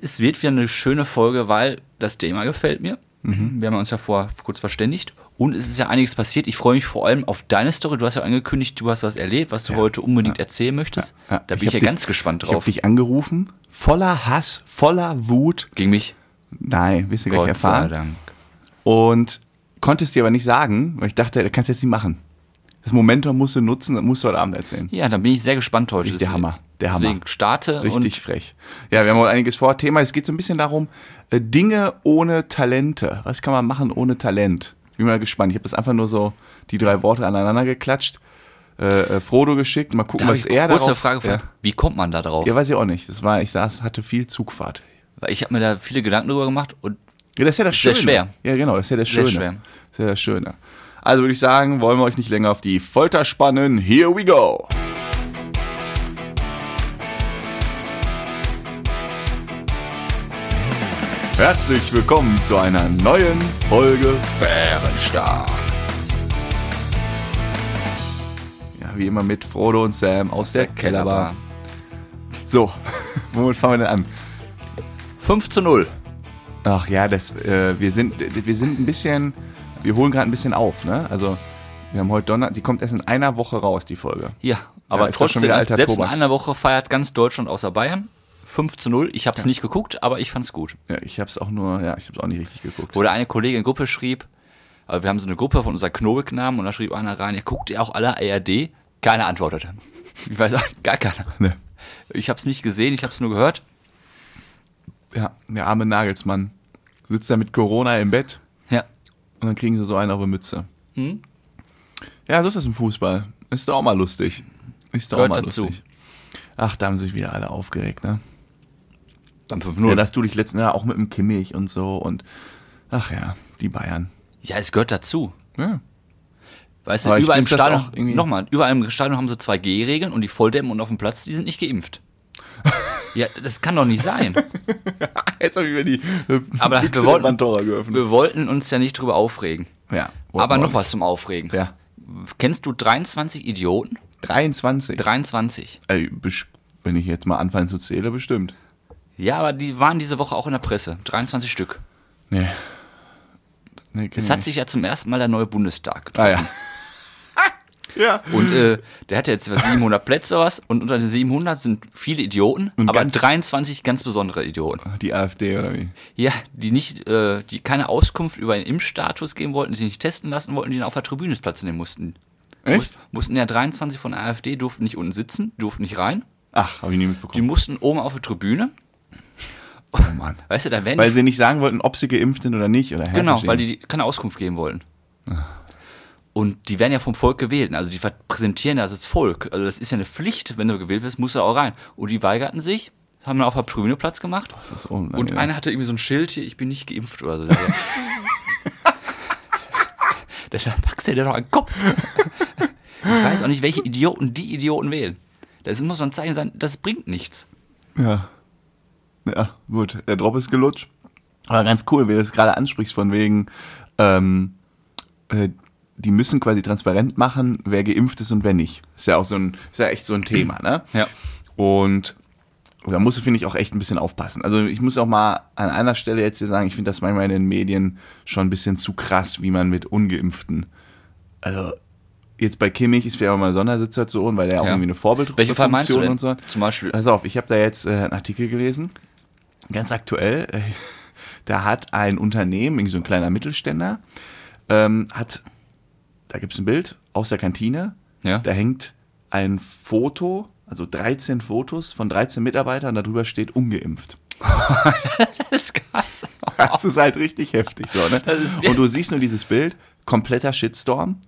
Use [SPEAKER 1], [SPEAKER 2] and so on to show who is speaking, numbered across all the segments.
[SPEAKER 1] es wird wieder eine schöne Folge, weil das Thema gefällt mir.
[SPEAKER 2] Mhm.
[SPEAKER 1] Wir haben uns ja vor kurz verständigt. Und es ist ja einiges passiert. Ich freue mich vor allem auf deine Story. Du hast ja angekündigt, du hast was erlebt, was du heute unbedingt erzählen möchtest.
[SPEAKER 2] Ja,
[SPEAKER 1] Da bin ich
[SPEAKER 2] hab
[SPEAKER 1] ja
[SPEAKER 2] dich-
[SPEAKER 1] ganz gespannt
[SPEAKER 2] Ich habe
[SPEAKER 1] drauf.
[SPEAKER 2] dich angerufen, voller Hass, voller Wut.
[SPEAKER 1] Gegen mich.
[SPEAKER 2] Nein, wirst du gleich
[SPEAKER 1] Gott sei
[SPEAKER 2] erfahren.
[SPEAKER 1] Dank.
[SPEAKER 2] Und konnte es dir aber nicht sagen, weil ich dachte, das kannst du jetzt nicht machen. Das Momentum musst du nutzen, das musst du heute Abend erzählen.
[SPEAKER 1] Ja, dann bin ich sehr gespannt heute.
[SPEAKER 2] Richtig, der Hammer. Der Hammer.
[SPEAKER 1] Deswegen starte
[SPEAKER 2] Richtig frech. Ja, wir haben heute einiges vor. Thema, es geht so ein bisschen darum, äh, Dinge ohne Talente. Was kann man machen ohne Talent? Bin mal gespannt. Ich habe das einfach nur so die drei Worte aneinander geklatscht. Äh, äh, Frodo geschickt, mal
[SPEAKER 1] und
[SPEAKER 2] gucken,
[SPEAKER 1] da
[SPEAKER 2] was
[SPEAKER 1] habe ich
[SPEAKER 2] er
[SPEAKER 1] kurz eine
[SPEAKER 2] darauf-
[SPEAKER 1] Frage von,
[SPEAKER 2] ja.
[SPEAKER 1] wie kommt man da drauf?
[SPEAKER 2] ja, weiß ich auch nicht. Das war, ich saß, hatte viel Zugfahrt.
[SPEAKER 1] Weil ich habe mir da viele Gedanken drüber gemacht und
[SPEAKER 2] Ja, das ist ja das
[SPEAKER 1] Sehr
[SPEAKER 2] Schöne.
[SPEAKER 1] schwer.
[SPEAKER 2] Ja, genau, das ist ja das
[SPEAKER 1] Sehr
[SPEAKER 2] Schöne.
[SPEAKER 1] schwer.
[SPEAKER 2] Das ist ja das Schöne. Also würde ich sagen, wollen wir euch nicht länger auf die Folter spannen. Here we go. Herzlich willkommen zu einer neuen Folge Bärenstark. Ja, wie immer mit Frodo und Sam aus der, Kellerbar. So, womit fangen wir denn an?
[SPEAKER 1] 5 zu 0.
[SPEAKER 2] Ach ja, das, äh, wir, sind, wir sind ein bisschen, wir holen gerade ein bisschen auf, ne? Also, wir haben heute Donner, die kommt erst in einer Woche raus, die Folge.
[SPEAKER 1] Ja, aber
[SPEAKER 2] ist das schon
[SPEAKER 1] trotzdem,
[SPEAKER 2] wieder alter
[SPEAKER 1] selbst
[SPEAKER 2] Tobak?
[SPEAKER 1] in einer Woche feiert ganz Deutschland außer Bayern 5 zu 0. Ich habe es nicht geguckt, aber ich fand's gut.
[SPEAKER 2] Ja, ich hab's auch nur, ja, ich hab's auch nicht richtig geguckt.
[SPEAKER 1] Wo der eine Kollege in Gruppe schrieb, äh, wir haben so eine Gruppe von unserer Knobelknamen und da schrieb einer rein, ja, guckt ihr auch alle ARD? Keiner antwortete. Ich weiß auch, gar keiner.
[SPEAKER 2] Ne.
[SPEAKER 1] Ich habe es nicht gesehen, ich habe es nur gehört.
[SPEAKER 2] Ja, der arme Nagelsmann sitzt da mit Corona im Bett
[SPEAKER 1] Ja,
[SPEAKER 2] und dann kriegen sie so einen auf die Mütze. Ja, so ist das im Fußball. Ist doch auch mal lustig. Ist doch auch
[SPEAKER 1] Gehört
[SPEAKER 2] mal
[SPEAKER 1] dazu.
[SPEAKER 2] lustig. Ach, da haben sich wieder alle aufgeregt, ne?
[SPEAKER 1] dann 5
[SPEAKER 2] Nur, ja,
[SPEAKER 1] 0.
[SPEAKER 2] dass du dich letzten Jahr auch mit dem Kimmich und so und, ach ja, die Bayern.
[SPEAKER 1] ja, es gehört dazu.
[SPEAKER 2] Ja.
[SPEAKER 1] Weißt
[SPEAKER 2] Aber
[SPEAKER 1] du,
[SPEAKER 2] ich
[SPEAKER 1] überall im
[SPEAKER 2] find das
[SPEAKER 1] Stadion,
[SPEAKER 2] auch irgendwie-
[SPEAKER 1] nochmal, überall im Stadion haben sie 2G-Regeln und die Volldämmen und auf dem Platz, die sind nicht geimpft. ja, das kann doch nicht sein.
[SPEAKER 2] Jetzt habe ich mir die äh,
[SPEAKER 1] Aber
[SPEAKER 2] Büchse
[SPEAKER 1] wir wollten-
[SPEAKER 2] der Pandora geöffnet.
[SPEAKER 1] Wir wollten uns ja nicht drüber aufregen.
[SPEAKER 2] Ja.
[SPEAKER 1] Aber noch
[SPEAKER 2] was.
[SPEAKER 1] was zum Aufregen.
[SPEAKER 2] Ja.
[SPEAKER 1] Kennst du 23 Idioten?
[SPEAKER 2] 23.
[SPEAKER 1] 23.
[SPEAKER 2] Ey, besch- wenn ich jetzt mal anfange zu zählen, bestimmt.
[SPEAKER 1] Ja, aber die waren diese Woche auch in der Presse. 23 Stück.
[SPEAKER 2] Nee. nee kenn
[SPEAKER 1] Es
[SPEAKER 2] ich
[SPEAKER 1] hat
[SPEAKER 2] nicht.
[SPEAKER 1] sich ja zum ersten Mal der neue Bundestag getroffen.
[SPEAKER 2] Ah ja. ja.
[SPEAKER 1] Und äh, der hatte jetzt über 700 Plätze oder was. Und unter den 700 sind viele Idioten, aber
[SPEAKER 2] ganz-
[SPEAKER 1] 23 ganz besondere Idioten.
[SPEAKER 2] Die AfD oder wie?
[SPEAKER 1] Ja, die nicht, äh, die keine Auskunft über den Impfstatus geben wollten, die sich nicht testen lassen wollten, die dann auf der Tribüne Platz nehmen mussten.
[SPEAKER 2] Echt?
[SPEAKER 1] Mussten ja 23 von der AfD, durften nicht unten sitzen, durften nicht rein.
[SPEAKER 2] Ach, habe ich nie
[SPEAKER 1] Die
[SPEAKER 2] mitbekommen.
[SPEAKER 1] mussten oben auf die Tribüne.
[SPEAKER 2] oh Mann.
[SPEAKER 1] Weißt du, da werden
[SPEAKER 2] Weil
[SPEAKER 1] die,
[SPEAKER 2] sie nicht sagen wollten, ob sie geimpft sind oder nicht. Ah. Oder
[SPEAKER 1] genau, weil die keine Auskunft geben wollen. Und die werden ja vom Volk gewählt, also die repräsentieren ja das Volk. Also das ist ja eine Pflicht, wenn du gewählt wirst, musst du auch rein. Und die weigerten sich, haben dann auf der Tribüne Platz gemacht.
[SPEAKER 2] Das ist
[SPEAKER 1] Und
[SPEAKER 2] unangenehm.
[SPEAKER 1] einer hatte irgendwie so ein Schild hier, ich bin nicht geimpft oder so. Da packst du dir doch einen Kopf. Ich weiß auch nicht, welche Idioten die Idioten wählen. Das muss so ein Zeichen sein, das bringt nichts.
[SPEAKER 2] Ja. Ja, gut. Der Drop ist gelutscht. Aber ganz cool, wie du das gerade ansprichst, von wegen, ähm, äh, die müssen quasi transparent machen, wer geimpft ist und wer nicht. Ist ja auch so ein, ist ja echt so ein Thema, ne?
[SPEAKER 1] Ja.
[SPEAKER 2] Und da musst du, finde ich, auch echt ein bisschen aufpassen. Also ich muss auch mal an einer Stelle jetzt hier sagen, ich finde das manchmal in den Medien schon ein bisschen zu krass, wie man mit Ungeimpften, also jetzt bei Kimmich ist vielleicht auch mal Sondersituation, weil der auch
[SPEAKER 1] Ja.
[SPEAKER 2] irgendwie eine Vorbildfunktion
[SPEAKER 1] Welchen Fall meinst du denn?
[SPEAKER 2] und so Also, hat.
[SPEAKER 1] Zum Beispiel.
[SPEAKER 2] Pass auf, ich habe da jetzt äh, einen Artikel gelesen, ganz aktuell. Äh, da hat ein Unternehmen, irgendwie so ein kleiner Mittelständler, ähm, hat, da gibt's ein Bild aus der Kantine,
[SPEAKER 1] Ja.
[SPEAKER 2] da hängt ein Foto, also 13 Fotos von 13 Mitarbeitern, darüber steht ungeimpft.
[SPEAKER 1] Das ist krass.
[SPEAKER 2] Das ist halt richtig heftig so, ne?
[SPEAKER 1] Das ist-
[SPEAKER 2] Und du siehst nur dieses Bild, kompletter Shitstorm.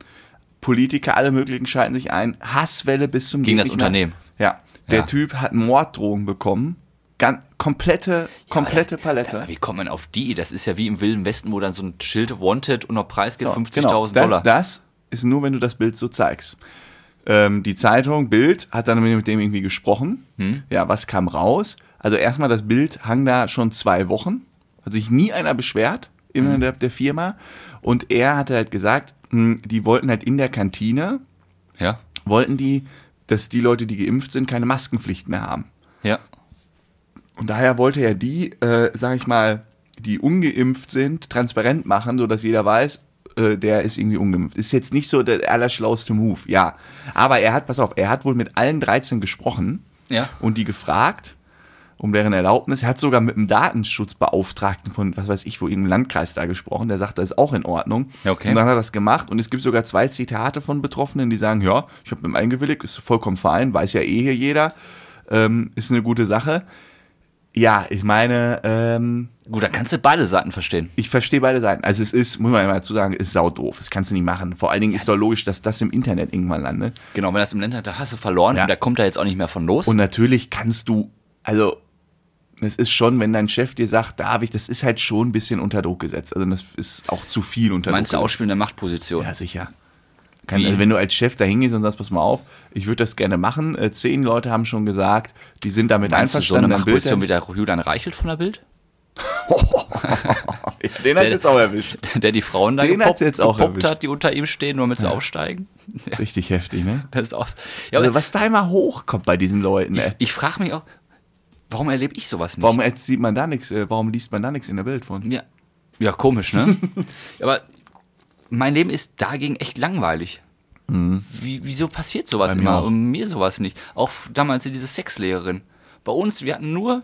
[SPEAKER 2] Politiker, alle möglichen schalten sich ein. Hasswelle bis zum
[SPEAKER 1] Gegen das
[SPEAKER 2] geht nicht mehr.
[SPEAKER 1] Unternehmen.
[SPEAKER 2] Ja. Der
[SPEAKER 1] Ja.
[SPEAKER 2] Typ hat Morddrohungen bekommen. Ganz, komplette, komplette
[SPEAKER 1] das,
[SPEAKER 2] Palette.
[SPEAKER 1] Aber wie kommt man auf die? Das ist ja wie im Wilden Westen, wo dann so ein Schild Wanted und noch Preis geht
[SPEAKER 2] So,
[SPEAKER 1] 50.000
[SPEAKER 2] genau. Das-
[SPEAKER 1] Dollar.
[SPEAKER 2] Das ist nur, wenn du das Bild so zeigst. Ähm, die Zeitung Bild hat dann mit dem irgendwie gesprochen. Ja, was kam raus? Also erstmal, das Bild hang da schon zwei Wochen. Hat sich nie einer beschwert innerhalb der Firma. Und er hatte halt gesagt, mh, die wollten halt in der Kantine,
[SPEAKER 1] ja.
[SPEAKER 2] wollten die, dass die Leute, die geimpft sind, keine Maskenpflicht mehr haben.
[SPEAKER 1] Ja.
[SPEAKER 2] Und daher wollte er die, äh, sag ich mal, die ungeimpft sind, transparent machen, sodass jeder weiß, äh, der ist irgendwie ungeimpft. Ist jetzt nicht so der allerschlauste Move, ja. Aber er hat, pass auf, er hat wohl mit allen 13 gesprochen
[SPEAKER 1] Ja.
[SPEAKER 2] und die gefragt, um deren Erlaubnis. Er hat sogar mit dem Datenschutzbeauftragten von, was weiß ich, wo irgendeinem Landkreis da gesprochen. Der sagt, das ist auch in Ordnung.
[SPEAKER 1] Ja, okay.
[SPEAKER 2] Und dann hat er das gemacht. Und es gibt sogar zwei Zitate von Betroffenen, die sagen, ja, ich habe mit dem eingewilligt, ist vollkommen fein, weiß ja eh hier jeder, ähm, ist eine gute Sache. Ja, ich meine, ähm,
[SPEAKER 1] Gut, dann kannst du beide Seiten verstehen.
[SPEAKER 2] ich verstehe beide Seiten. Also es ist, muss man ja mal dazu sagen, ist saudoof. Das kannst du nicht machen. Vor allen Dingen ist doch logisch, dass das im Internet irgendwann landet.
[SPEAKER 1] Genau, wenn das im Land hat, da hast du verloren
[SPEAKER 2] Ja.
[SPEAKER 1] und da kommt er jetzt auch nicht mehr von los.
[SPEAKER 2] Und natürlich kannst du, also es ist schon, wenn dein Chef dir sagt, David, das ist halt schon ein bisschen unter Druck gesetzt. Also das ist auch zu viel unter
[SPEAKER 1] Meinst du
[SPEAKER 2] Druck.
[SPEAKER 1] Ausspielen der Machtposition?
[SPEAKER 2] Ja, sicher. Kann,
[SPEAKER 1] Wie?
[SPEAKER 2] also wenn du als Chef da hingehst und sagst, pass mal auf, ich würde das gerne machen. Äh, zehn Leute haben schon gesagt, die sind damit
[SPEAKER 1] Meinst du so eine
[SPEAKER 2] einverstanden. dann Bild
[SPEAKER 1] Machtposition wie der Julian Reichelt von der Bild?
[SPEAKER 2] Ja, den hat jetzt auch erwischt.
[SPEAKER 1] Der die Frauen da
[SPEAKER 2] Den hat's
[SPEAKER 1] gepoppt,
[SPEAKER 2] jetzt auch
[SPEAKER 1] gepoppt
[SPEAKER 2] erwischt.
[SPEAKER 1] hat, die unter ihm stehen, nur damit sie aufsteigen?
[SPEAKER 2] Richtig heftig, ne?
[SPEAKER 1] Das ist aus. Ja,
[SPEAKER 2] Also
[SPEAKER 1] aber
[SPEAKER 2] was da immer hochkommt bei diesen Leuten,
[SPEAKER 1] ich,
[SPEAKER 2] ey.
[SPEAKER 1] ich frage mich auch, warum erlebe ich sowas nicht?
[SPEAKER 2] Warum jetzt sieht man da nichts, äh, warum liest man da nichts in der Bild von?
[SPEAKER 1] Ja, ja komisch, ne? aber mein Leben ist dagegen echt langweilig. Wie, wieso passiert sowas
[SPEAKER 2] Mhm. Bei mir
[SPEAKER 1] immer
[SPEAKER 2] auch.
[SPEAKER 1] und mir sowas nicht? Auch damals diese Sexlehrerin. Bei uns, wir hatten nur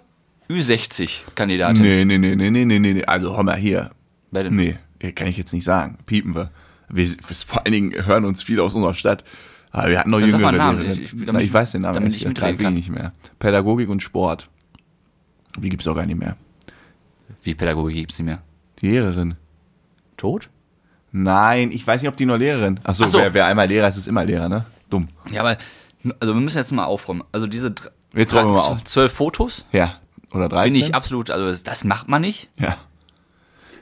[SPEAKER 1] Ü60-Kandidaten.
[SPEAKER 2] Nee, nee, nee, nee, nee, nee, nee. Also hör mal hier.
[SPEAKER 1] Wer denn?
[SPEAKER 2] Nee, äh, kann ich jetzt nicht sagen. Piepen wir. wir vor allen Dingen hören uns viele aus unserer Stadt. Aber wir hatten noch
[SPEAKER 1] Dann sag
[SPEAKER 2] jüngere
[SPEAKER 1] mal einen Namen.
[SPEAKER 2] Lehrerinnen.
[SPEAKER 1] Ich- ich-
[SPEAKER 2] Na,
[SPEAKER 1] damit
[SPEAKER 2] ich,
[SPEAKER 1] ich-
[SPEAKER 2] weiß den Namen
[SPEAKER 1] damit ich
[SPEAKER 2] ehrlich gesagt
[SPEAKER 1] mitreden
[SPEAKER 2] gerade
[SPEAKER 1] kann.
[SPEAKER 2] nicht mehr. Pädagogik und Sport. Die gibt's auch gar nicht mehr.
[SPEAKER 1] Wie Pädagogik gibt's nicht mehr?
[SPEAKER 2] Die Lehrerin.
[SPEAKER 1] Tot?
[SPEAKER 2] Nein, ich weiß nicht, ob die noch Lehrerin. Achso,
[SPEAKER 1] Ach
[SPEAKER 2] Ach
[SPEAKER 1] so.
[SPEAKER 2] so. wer, wer einmal Lehrer ist, ist immer Lehrer, ne? Dumm.
[SPEAKER 1] Ja, aber also wir müssen jetzt mal aufräumen. Also diese dr-
[SPEAKER 2] Jetzt räumen wir mal auf.
[SPEAKER 1] zwölf Fotos
[SPEAKER 2] Ja. Oder 13?
[SPEAKER 1] bin ich absolut, also das, das macht man nicht.
[SPEAKER 2] Ja.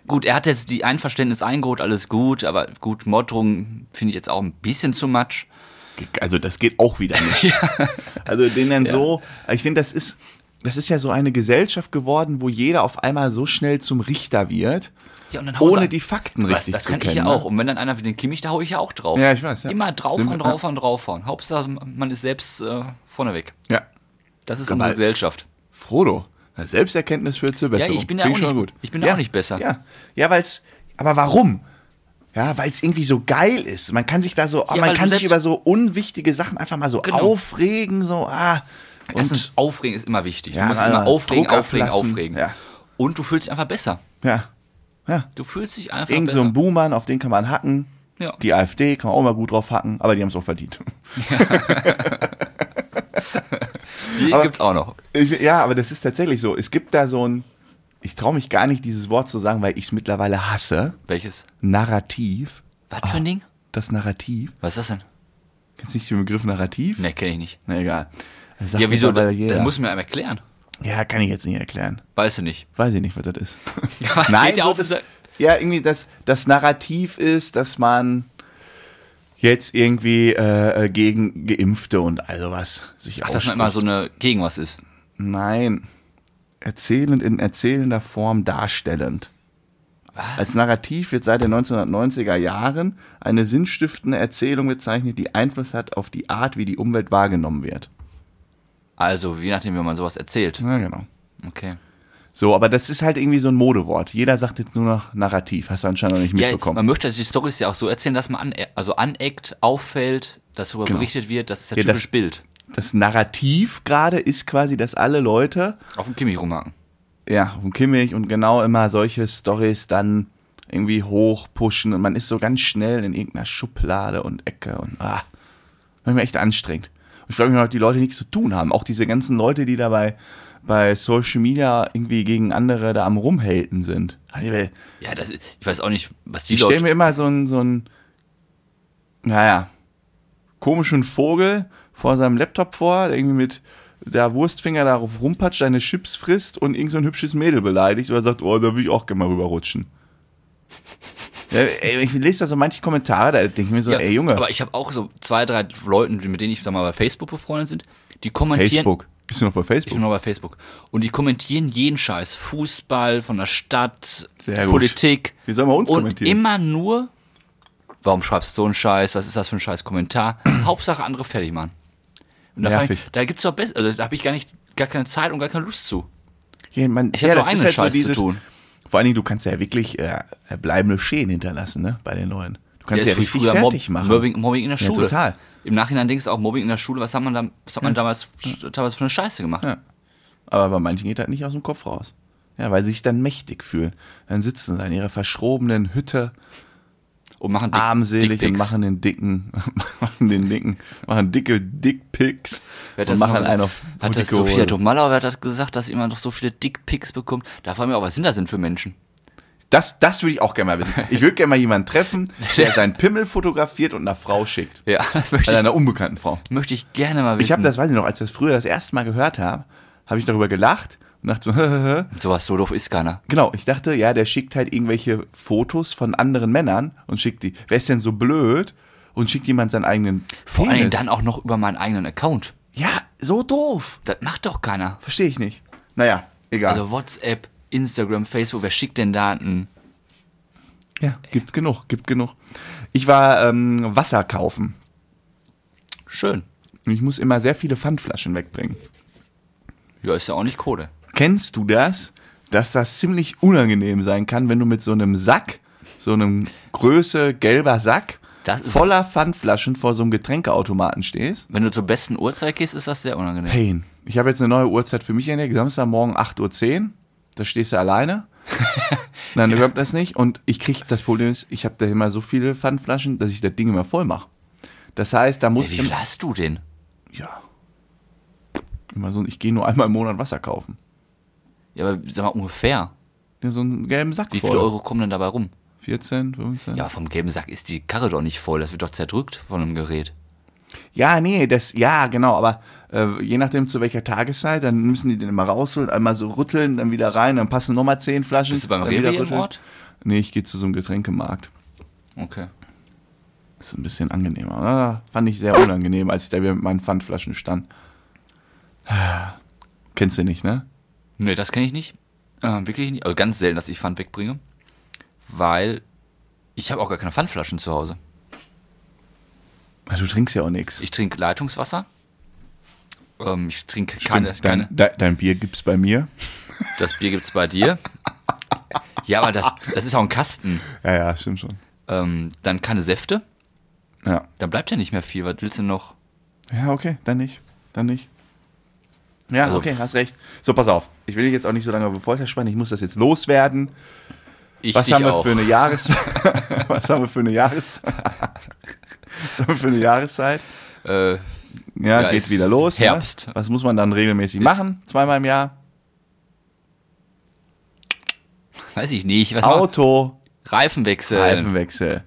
[SPEAKER 1] Gut, er hat jetzt die Einverständnis eingeholt, alles gut, aber gut, Mottung finde ich jetzt auch ein bisschen zu much.
[SPEAKER 2] Also das geht auch wieder nicht. Also den dann so, ich finde, das ist, das ist ja so eine Gesellschaft geworden, wo jeder auf einmal so schnell zum Richter wird,
[SPEAKER 1] Ja, und dann hauen
[SPEAKER 2] ohne
[SPEAKER 1] sie-
[SPEAKER 2] die Fakten
[SPEAKER 1] Was,
[SPEAKER 2] richtig
[SPEAKER 1] das
[SPEAKER 2] zu
[SPEAKER 1] kann
[SPEAKER 2] kennen.
[SPEAKER 1] ich ja
[SPEAKER 2] ne?
[SPEAKER 1] auch. Und wenn dann einer wie den Kimmich, da hau ich ja auch drauf.
[SPEAKER 2] Ja, ich weiß, ja.
[SPEAKER 1] Immer draufhauen,
[SPEAKER 2] Sind wir-
[SPEAKER 1] draufhauen, draufhauen. Hauptsache, man ist selbst äh, vorneweg.
[SPEAKER 2] Ja.
[SPEAKER 1] Das ist
[SPEAKER 2] Aber-
[SPEAKER 1] unsere Gesellschaft.
[SPEAKER 2] Frodo, Selbsterkenntnis führt zur Besserung.
[SPEAKER 1] ich bin ja
[SPEAKER 2] Finde
[SPEAKER 1] auch
[SPEAKER 2] schon mal
[SPEAKER 1] nicht-
[SPEAKER 2] gut.
[SPEAKER 1] ich bin ja
[SPEAKER 2] ja
[SPEAKER 1] auch nicht besser.
[SPEAKER 2] Ja, ja weil es, aber warum? Ja, weil es irgendwie so geil ist. Man kann sich da so,
[SPEAKER 1] Ja, weil
[SPEAKER 2] man
[SPEAKER 1] du
[SPEAKER 2] kann sich
[SPEAKER 1] selbst-
[SPEAKER 2] über so unwichtige Sachen einfach mal so
[SPEAKER 1] Genau.
[SPEAKER 2] aufregen, so, ah.
[SPEAKER 1] Erstens, Aufregen ist immer wichtig.
[SPEAKER 2] Ja,
[SPEAKER 1] du musst
[SPEAKER 2] Alter,
[SPEAKER 1] immer aufregen,
[SPEAKER 2] Druck
[SPEAKER 1] aufregen,
[SPEAKER 2] ablassen.
[SPEAKER 1] aufregen.
[SPEAKER 2] Ja.
[SPEAKER 1] Und du fühlst dich einfach besser.
[SPEAKER 2] ja, ja.
[SPEAKER 1] Du fühlst dich einfach
[SPEAKER 2] Irgend so
[SPEAKER 1] besser.
[SPEAKER 2] ein Buhmann, auf den kann man hacken.
[SPEAKER 1] Ja.
[SPEAKER 2] Die AfD kann man auch mal gut drauf hacken, aber die haben es auch verdient.
[SPEAKER 1] Die
[SPEAKER 2] aber-
[SPEAKER 1] gibt's auch noch.
[SPEAKER 2] Ich, ja, aber das ist tatsächlich so. Es gibt da so ein, ich traue mich gar nicht, dieses Wort zu sagen, weil ich es mittlerweile hasse.
[SPEAKER 1] Welches?
[SPEAKER 2] Narrativ. Ah,
[SPEAKER 1] Was für ein Ding?
[SPEAKER 2] Das Narrativ.
[SPEAKER 1] Was ist das denn?
[SPEAKER 2] Kennst du nicht den Begriff Narrativ?
[SPEAKER 1] Ne, kenne ich nicht.
[SPEAKER 2] Na egal. Das sagt
[SPEAKER 1] Ja, wieso?
[SPEAKER 2] mittlerweile
[SPEAKER 1] Da,
[SPEAKER 2] jeder.
[SPEAKER 1] das muss mir einem erklären.
[SPEAKER 2] ja, kann ich jetzt nicht erklären.
[SPEAKER 1] Weißt du nicht.
[SPEAKER 2] Weiß ich nicht, was das ist.
[SPEAKER 1] Ja, was geht dir
[SPEAKER 2] so
[SPEAKER 1] auf und
[SPEAKER 2] das,
[SPEAKER 1] sagt-
[SPEAKER 2] ja, irgendwie das, das Narrativ ist, dass man jetzt irgendwie äh, äh, gegen Geimpfte und all sowas sich Ach,
[SPEAKER 1] Dass man immer so eine gegen was ist.
[SPEAKER 2] Nein. Erzählend in erzählender Form darstellend. Als Narrativ wird seit den 1990er Jahren eine sinnstiftende Erzählung bezeichnet, die Einfluss hat auf die Art, wie die Umwelt wahrgenommen wird.
[SPEAKER 1] Also, je nachdem, wie man sowas erzählt.
[SPEAKER 2] Ja, genau.
[SPEAKER 1] Okay.
[SPEAKER 2] So, aber das ist halt irgendwie so ein Modewort. Jeder sagt jetzt nur noch Narrativ. Hast du anscheinend noch nicht
[SPEAKER 1] Ja,
[SPEAKER 2] mitbekommen.
[SPEAKER 1] man möchte die Storys ja auch so erzählen, dass man an, also aneckt, auffällt, dass darüber berichtet wird. Das ist ja
[SPEAKER 2] Genau. Ja, das-
[SPEAKER 1] typisch Bild.
[SPEAKER 2] Das Narrativ gerade ist quasi, dass alle Leute
[SPEAKER 1] Auf dem Kimmich rumhaken.
[SPEAKER 2] ja, um Kimmich und genau immer solche Stories dann irgendwie hochpushen und man ist so ganz schnell in irgendeiner Schublade und Ecke und ah, manchmal echt anstrengend. Und ich frage mich, ob die Leute nichts zu tun haben. Auch diese ganzen Leute, die dabei bei Social Media irgendwie gegen andere da am Rumhaten sind. Ah, Ich
[SPEAKER 1] Ja, das ist, ich weiß auch nicht, was die
[SPEAKER 2] stelle
[SPEAKER 1] Leute.
[SPEAKER 2] mir immer so einen, so einen, naja, komischen Vogel vor seinem Laptop vor, der irgendwie mit der Wurstfinger darauf rumpatscht, seine Chips frisst und irgend so ein hübsches Mädel beleidigt oder sagt, oh, da will ich auch gerne mal rüberrutschen. ja, ey, ich lese da so manche Kommentare, da denke ich mir so,
[SPEAKER 1] Ja,
[SPEAKER 2] ey Junge,
[SPEAKER 1] Aber ich habe auch so zwei, drei Leuten, mit denen ich sag mal bei Facebook befreundet sind, die kommentieren.
[SPEAKER 2] Facebook. Bist du noch bei
[SPEAKER 1] Ich
[SPEAKER 2] Facebook?
[SPEAKER 1] bin noch bei Facebook. Und die kommentieren jeden Scheiß. Fußball, von der Stadt,
[SPEAKER 2] Sehr gut.
[SPEAKER 1] Politik.
[SPEAKER 2] Wie sollen wir uns
[SPEAKER 1] und
[SPEAKER 2] kommentieren?
[SPEAKER 1] immer nur, warum schreibst du so einen Scheiß? Was ist das für ein scheiß Kommentar? Hauptsache andere fertig machen. Und da, frag ich,
[SPEAKER 2] Nervig.
[SPEAKER 1] da gibt's doch besser, also da habe ich gar nicht, gar keine Zeit und gar keine Lust zu.
[SPEAKER 2] Ja, man,
[SPEAKER 1] Ich hab nur einen Scheiß zu tun.
[SPEAKER 2] Vor allen Dingen, du kannst ja wirklich äh, bleibende Schäden hinterlassen, ne, bei den Leuten. Du kannst
[SPEAKER 1] Der
[SPEAKER 2] ja
[SPEAKER 1] ist wie
[SPEAKER 2] richtig
[SPEAKER 1] früher
[SPEAKER 2] fertig
[SPEAKER 1] Mob,
[SPEAKER 2] machen.
[SPEAKER 1] Mobbing, Mobbing in der
[SPEAKER 2] Ja,
[SPEAKER 1] Schule.
[SPEAKER 2] total.
[SPEAKER 1] Im Nachhinein denkst du auch, Mobbing in der Schule, was hat man, da, was hat man damals teilweise für eine Scheiße gemacht?
[SPEAKER 2] Ja. Aber bei manchen geht das nicht aus dem Kopf raus. Ja, weil sie sich dann mächtig fühlen. Dann sitzen sie in ihrer verschrobenen Hütte,
[SPEAKER 1] Und machen Dick-
[SPEAKER 2] armselig und
[SPEAKER 1] Dickpics.
[SPEAKER 2] machen den dicken, machen den dicken, machen dicke Dickpics
[SPEAKER 1] Wer hat
[SPEAKER 2] und
[SPEAKER 1] das
[SPEAKER 2] machen
[SPEAKER 1] noch gesagt?
[SPEAKER 2] einen auf
[SPEAKER 1] Hat das
[SPEAKER 2] dicke Hose.
[SPEAKER 1] Sophia Tomalla wer hat das gesagt, dass immer noch so viele Dickpics bekommt? Da frage ich mich auch, was sind das denn für Menschen?
[SPEAKER 2] Das, das würde ich auch gerne mal wissen. Ich würde gerne mal jemanden treffen, der seinen Pimmel fotografiert und einer Frau schickt.
[SPEAKER 1] Ja, das möchte
[SPEAKER 2] Also
[SPEAKER 1] ich,
[SPEAKER 2] einer unbekannten Frau.
[SPEAKER 1] möchte ich gerne mal wissen.
[SPEAKER 2] Ich habe das, weiß ich noch, als ich das früher das erste Mal gehört habe, habe ich darüber gelacht und dachte, so,
[SPEAKER 1] Sowas so doof ist keiner.
[SPEAKER 2] Genau, ich dachte, ja, der schickt halt irgendwelche Fotos von anderen Männern und schickt die. Wer ist denn so blöd und schickt jemand seinen eigenen
[SPEAKER 1] Vor
[SPEAKER 2] Penis?
[SPEAKER 1] allem dann auch noch über meinen eigenen Account.
[SPEAKER 2] Ja, so doof.
[SPEAKER 1] Das macht doch keiner.
[SPEAKER 2] Verstehe ich nicht. Naja, egal.
[SPEAKER 1] Also WhatsApp, Instagram, Facebook, wer schickt denn da einen?
[SPEAKER 2] ja, gibt's genug, gibt genug. Ich war ähm, Wasser kaufen.
[SPEAKER 1] Schön.
[SPEAKER 2] Und ich muss immer sehr viele Pfandflaschen wegbringen.
[SPEAKER 1] Ja, ist ja auch nicht Kohle.
[SPEAKER 2] Kennst du das, dass das ziemlich unangenehm sein kann, wenn du mit so einem Sack, so einem Größe gelber Sack,
[SPEAKER 1] Das ist-
[SPEAKER 2] voller Pfandflaschen vor so einem Getränkeautomaten stehst?
[SPEAKER 1] Wenn du zur besten Uhrzeit gehst, ist das sehr unangenehm.
[SPEAKER 2] Pain. Ich habe jetzt eine neue Uhrzeit für mich entdeckt. Samstagmorgen 8.10 Uhr. Da stehst du alleine. Nein, du glaubt das nicht. Und ich krieg das Problem ist, ich habe da immer so viele Pfandflaschen, dass ich das Ding immer voll mache. Das heißt, da
[SPEAKER 1] Ja,
[SPEAKER 2] muss
[SPEAKER 1] wie
[SPEAKER 2] im-
[SPEAKER 1] viel hast du denn?
[SPEAKER 2] ja. Immer so, ich gehe nur einmal im Monat Wasser kaufen.
[SPEAKER 1] Ja, aber sag mal ungefähr.
[SPEAKER 2] Ja, So einen gelben Sack
[SPEAKER 1] Wie
[SPEAKER 2] voll.
[SPEAKER 1] viele Euro kommen denn dabei rum?
[SPEAKER 2] 14, 15.
[SPEAKER 1] Ja, aber vom gelben Sack ist die Karre doch nicht voll. Das wird doch zerdrückt von einem Gerät.
[SPEAKER 2] Ja, nee, das, ja, genau, aber äh, je nachdem zu welcher Tageszeit, dann müssen die den immer rausholen, einmal so rütteln, dann wieder rein, dann passen nochmal zehn Flaschen.
[SPEAKER 1] Bist du beim
[SPEAKER 2] dann
[SPEAKER 1] Rewe
[SPEAKER 2] wieder
[SPEAKER 1] im
[SPEAKER 2] rütteln.
[SPEAKER 1] Ort?
[SPEAKER 2] Nee, ich gehe zu so einem Getränkemarkt.
[SPEAKER 1] Okay.
[SPEAKER 2] Ist ein bisschen angenehmer. Ah, fand ich sehr unangenehm, als ich da wieder mit meinen Pfandflaschen stand. Kennst du nicht, ne?
[SPEAKER 1] Nee, das kenne ich nicht. Ähm, wirklich nicht. Also ganz selten, dass ich Pfand wegbringe. Weil ich habe auch gar keine Pfandflaschen zu Hause.
[SPEAKER 2] Ah, Du trinkst ja auch nichts.
[SPEAKER 1] Ich trinke Leitungswasser. Ähm, ich trinke keine,
[SPEAKER 2] Stimmt,
[SPEAKER 1] keine.
[SPEAKER 2] Dein, de, dein Bier gibt's bei mir.
[SPEAKER 1] Das Bier gibt's bei dir. Ja, aber das, das ist auch ein Kasten.
[SPEAKER 2] Ja, ja, stimmt schon.
[SPEAKER 1] Ähm, dann keine Säfte.
[SPEAKER 2] Ja.
[SPEAKER 1] Dann bleibt ja nicht mehr viel. Was willst du denn noch?
[SPEAKER 2] Ja, okay, dann nicht. Dann nicht. Ja,
[SPEAKER 1] Also-
[SPEAKER 2] okay, hast recht. So, pass auf. Ich will dich jetzt auch nicht so lange vorherspannen. Ich muss das jetzt loswerden.
[SPEAKER 1] Ich
[SPEAKER 2] Was
[SPEAKER 1] dich
[SPEAKER 2] haben wir
[SPEAKER 1] auch.
[SPEAKER 2] für eine Jahres Was haben wir für eine Jahres Was haben wir für eine Jahreszeit?
[SPEAKER 1] Äh,
[SPEAKER 2] Ja,
[SPEAKER 1] Ja,
[SPEAKER 2] geht
[SPEAKER 1] ist
[SPEAKER 2] wieder los.
[SPEAKER 1] Herbst.
[SPEAKER 2] Ne? Was muss man dann regelmäßig machen? Zweimal im Jahr?
[SPEAKER 1] weiß ich nicht. Was machen
[SPEAKER 2] Auto,
[SPEAKER 1] wir? Reifenwechsel.
[SPEAKER 2] Reifenwechsel.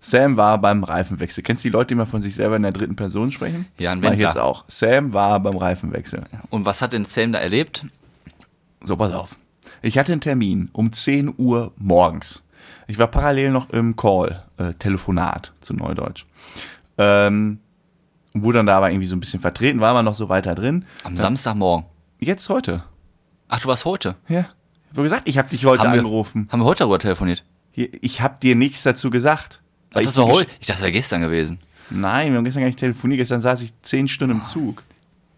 [SPEAKER 2] Sam war beim Reifenwechsel. Kennst du die Leute, die mal von sich selber in der dritten Person sprechen?
[SPEAKER 1] Ja, ein
[SPEAKER 2] Mach ich
[SPEAKER 1] Wendler.
[SPEAKER 2] jetzt auch. Sam war beim Reifenwechsel.
[SPEAKER 1] Und was hat denn Sam da erlebt?
[SPEAKER 2] So, pass auf. Ich hatte einen Termin um 10 Uhr morgens. Ich war parallel noch im Call, äh, Telefonat zu Neudeutsch. Ähm, wurde dann da aber irgendwie so ein bisschen vertreten, war aber noch so weiter drin.
[SPEAKER 1] Am Samstagmorgen.
[SPEAKER 2] Jetzt heute.
[SPEAKER 1] Ach, du warst heute.
[SPEAKER 2] Ja. Ich habe gesagt, ich habe dich heute
[SPEAKER 1] Haben wir-
[SPEAKER 2] angerufen.
[SPEAKER 1] Haben wir heute darüber telefoniert?
[SPEAKER 2] Hier, Ich habe dir nichts dazu gesagt.
[SPEAKER 1] Ach,
[SPEAKER 2] Weil
[SPEAKER 1] das
[SPEAKER 2] ich
[SPEAKER 1] war
[SPEAKER 2] die
[SPEAKER 1] heute. Ich dachte, das wäre gestern gewesen.
[SPEAKER 2] Gesch- Nein, wir haben gestern gar nicht telefoniert. Gestern saß ich zehn Stunden
[SPEAKER 1] Ah.
[SPEAKER 2] im Zug.